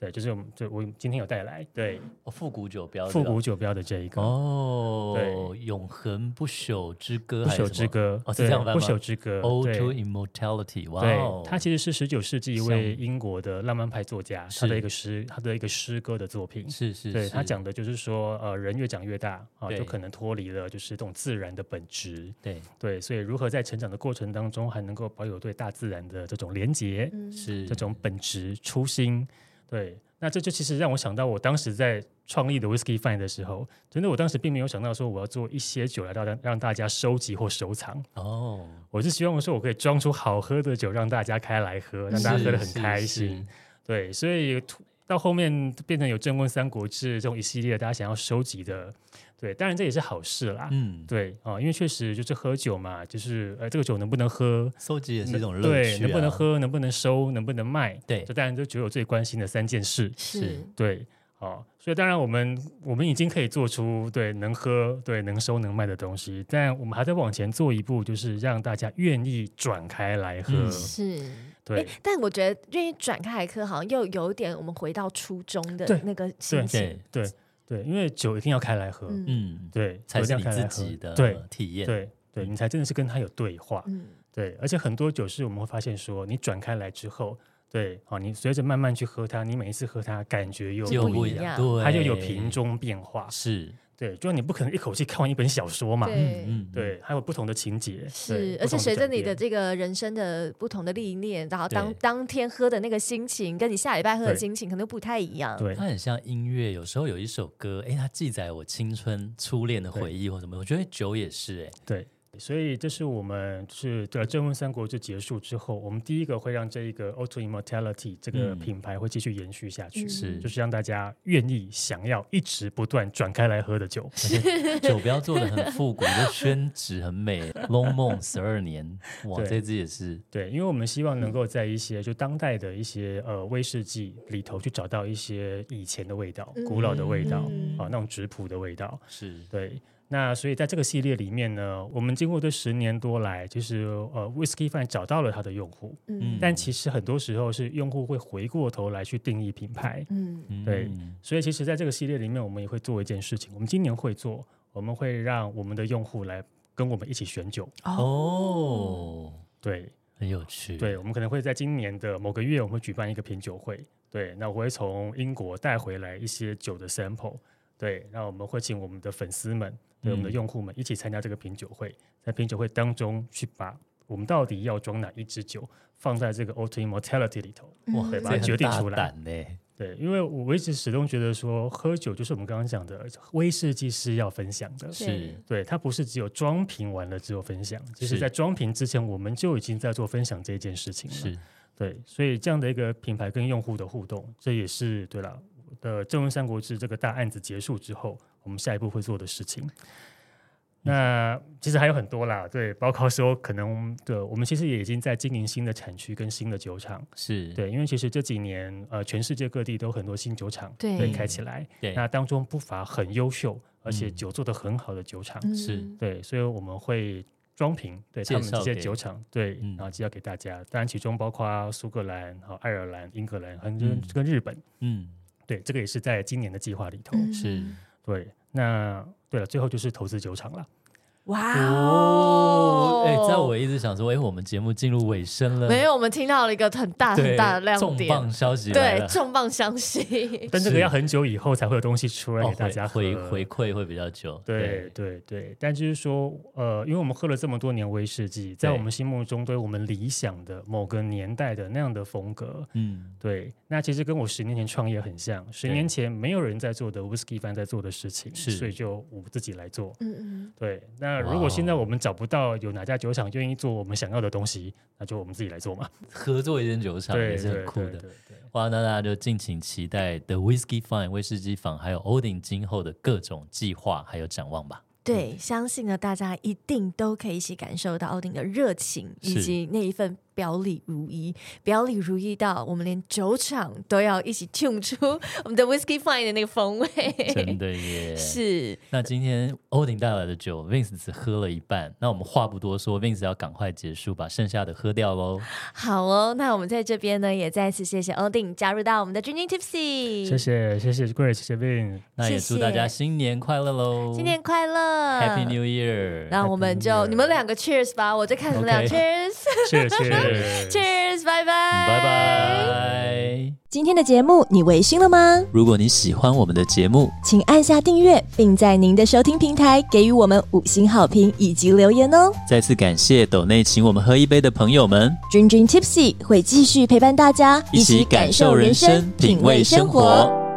C: 对，就是我们，就我今天有带来，对
A: 哦复古酒标
C: 复
A: 这个
C: 古酒标的这一个
A: 哦，
C: 对
A: 永恒不朽之歌，
C: 不朽之歌
A: 哦》，是
C: 对，
A: 这样翻
C: 不
A: 吗
C: 朽之歌》
A: ，O
C: 对
A: to Immortality，哇哦
C: 对，，他其实是十九世纪一位英国的浪漫派作家，
A: 是
C: 他的一个诗，他的一个诗歌的作品。
A: 是是，
C: 对他
A: 是
C: 讲的就是说，呃，人越长越大啊，
A: 对
C: 就可能脱离了就是这种自然的本质。
A: 对
C: 对，所以如何在成长的过程当中，还能够保有对大自然的这种连结、
D: 嗯
A: 是
C: 这种本质初心？对，那这就其实让我想到我当时在创立的 Whisky Fine 的时候，真的我当时并没有想到说我要做一些酒来让大让大家收集或收藏。
A: 哦，
C: 我是希望说，我可以装出好喝的酒让大家开来喝，让大家喝得很开
A: 是
C: 心。，对，所以突到后面变成有《正问三国志》这种一系列大家想要收集的，对，当然这也是好事啦。
A: 嗯，
C: 对啊、因为确实就是喝酒嘛，就是呃，这个酒能不能喝，
A: 收集也是一
C: 能
A: 种乐趣、啊
C: 对，能不能？喝，能不能收，能不能卖，
A: 对
C: 这当然都只有最关心的三件事。
A: 是
D: 是
C: 对，哦，所以当然我们我们已经可以做出对能喝、对能收能卖的东西，但我们还在往前做一步，就是让大家愿意转开来喝。
A: 嗯
D: 是，
C: 对
D: 诶，但我觉得愿意转开来喝，好像又有点我们回到初中的
C: 对
D: 那个心情。
A: 对，
C: 对对，因为酒一定要开来喝，
D: 嗯
A: 嗯，
C: 对，
A: 才
C: 酒一
A: 是
C: 定
A: 你
C: 要开
A: 自
C: 来喝
A: 己的嗯
C: 对
A: 体验。
C: 对对，你才真的是跟他有对话。
D: 嗯，
C: 对，而且很多酒是我们会发现说，你转开来之后，对，哦，你随着慢慢去喝它，你每一次喝它，感觉又
A: 又
D: 不
A: 不
D: 一
A: 一样，
D: 样
A: 对，
C: 它就有瓶中变化。
A: 是
C: 对，就你不可能一口气看完一本小说嘛，
D: 对
A: 嗯，
C: 对，还有不同的情节，对
D: 是，
C: 不
D: 而且
C: 同
D: 随着
C: 转
D: 你的
C: 变
D: 这个人生的不同的历练，然后当
A: 对
D: 当天喝的那个心情，跟你下礼拜喝的
C: 对
D: 心情可能不太一样。
C: 对
A: 它很像音乐，有时候有一首歌，哎，它记载我青春初恋的回忆或什么。我觉得酒也是，哎，
C: 对，所以这是我们是对正温三国志结束之后，我们第一个会让这一个 Auto Immortality 这个
A: 嗯
C: 品牌会继续延续下去，
D: 嗯
A: 是
C: 就是让大家愿意想要一直不断转开来喝的酒。
A: 酒标做的很复古，就宣纸很美，《龙 梦十二年》哇，
C: 对
A: 这支也是，
C: 对，因为我们希
D: 嗯
C: 望能够在一些就当代的一些呃威士忌里头去找到一些以前的味道、古老的味道啊、
D: 嗯
C: 那种质朴的味道。
A: 是
C: 对，那所以在这个系列里面呢，我们经过这十年多来，其实呃 Whisky Fan 找到了它的用户，
A: 嗯
D: 嗯
C: 但其实很多时候是用户会回过头来去定义品牌。
D: 嗯
C: 对
A: 嗯
C: 所以其实在这个系列里面，我们也会做一件事情，我们今年会做，我们会让我们的用户来跟我们一起选酒。
A: 哦，
C: 对，
A: 很有趣，
C: 对，我们可能会在今年的某个月，我们会举办一个品酒会。对，那我会从英国带回来一些酒的 sample。对，那我们会请我们的粉丝们，对、我们的
A: 嗯
C: 用户们一起参加这个品酒会，在品酒会当中去把我们到底要装哪一支酒放在这个 Auto Immortality 里头。
D: 嗯
A: 哇，嗯
C: 对
A: 这
C: 把它
A: 很
C: 决定
A: 大
C: 出来嗯
A: 胆嘞，
C: 对，因为我一直始终觉得说，喝酒就是我们刚刚讲的威士忌是要分享的，
A: 是
C: 对，它不是只有装瓶完了之后分享，其实
A: 是
C: 在装瓶之前，我们就已经在做分享这件事情了。
A: 是，
C: 对，所以这样的一个品牌跟用户的互动，这也是对了。呃，正文三国志这个大案子结束之后，我们下一步会做的事
A: 嗯
C: 情。那其实还有很多啦，对，包括说可能对，我们其实也已经在经营新的产区跟新的酒厂，
A: 是，
C: 对，因为其实这几年呃，全世界各地都有很多新酒厂
D: 对
C: 开起来，
A: 对
C: 那当中不乏很优秀而且
A: 嗯
C: 酒做的很好的酒厂，
A: 是
C: 对，所以我们会装瓶，对他
A: 介
C: 们这
A: 绍
C: 些
A: 给
C: 酒厂，对，
A: 嗯
C: 然后介绍给大家。当然，其中包括苏格兰、和爱尔兰、英格兰，还有
A: 嗯
C: 跟日本，
A: 嗯，
C: 对，这个也是在今年的计划里
B: 嗯
C: 头。
D: 嗯
A: 是
C: 对，那对了，最后就是投资酒厂了。
D: 哇
A: 哦，哎，在我
D: 哦
A: 一直想说，哎，我们节目进入尾声了，
D: 没有，我们听到了一个很大
A: 对
D: 很大的亮
A: 重
D: 点
A: 磅，消息来
D: 对
A: 了，。
D: 重磅消息，
C: 但这个
A: 是
C: 要很久以后才会有东西出来
A: 哦
C: 给大家喝。
A: 回回回馈会比较久，
C: 对对对，但就是说，呃，因为我们喝了这么多年威士忌，在
A: 对
C: 我们心目中，对我们理想的某个年代的那样的风格，
A: 嗯，
C: 对，那其实跟我十年前创业很像，十
A: 对
C: 年前没有人在做的 Whisky 番在做的事情，
A: 是
C: 所以就我自己来做。
D: 嗯
C: 对，那
A: 哇
C: 如果现在
A: 哦
C: 我们找不到有哪家酒厂愿意做我们想要的东西，那就我们自己来做嘛。
A: 合作一间酒厂
C: 对，
A: 也是
C: 对
A: 很酷
C: 对
A: 的。
C: 对对
A: 哇，那大家就敬请期待 The Whiskey Fine 威士忌坊还有 Odin 今后的各种计划还有展望 吧。
D: 对，相信呢，大家一定都可以一起感受到奥丁的热情，以
A: 是
D: 及那一份表里如一，表里如一到我们连酒厂都要一起 tune 出我们的 Whisky Fine 的那个风
A: 真
D: 味。
A: 的耶！
D: 是，
A: 那今天 Odin 带来的酒，Vince 只喝了一半。那我们话不多说，Vince 要赶快结束，把剩下的喝掉 喽。
D: 好哦。那我们在这边呢，也再次谢谢欧丁加入到我们的 Drinking
C: 谢
D: Tipsy，
C: 谢谢谢 Grace，谢谢 Vin，
A: 那也
D: 谢谢
A: 祝大家新年快乐喽！
D: 新年快乐
A: Happy New Year！
D: 那我们 就
C: Happy New Year
D: 你们两个 Cheers 吧，我就看你们俩
A: OK
D: Cheers，Cheers，
C: 谢谢
D: 拜拜，
A: 拜。拜。
E: 今天的节目你微醺了吗？
A: 如果你喜欢我们的节目，
E: 请按下订阅，并在您的收听平台给予我们五星好评以及留言哦。
A: 再次感谢斗内请我们喝一杯的朋友们。
E: Dream Dream Tipsy 会继续陪伴大家，
A: 一起感受人生，品味生活。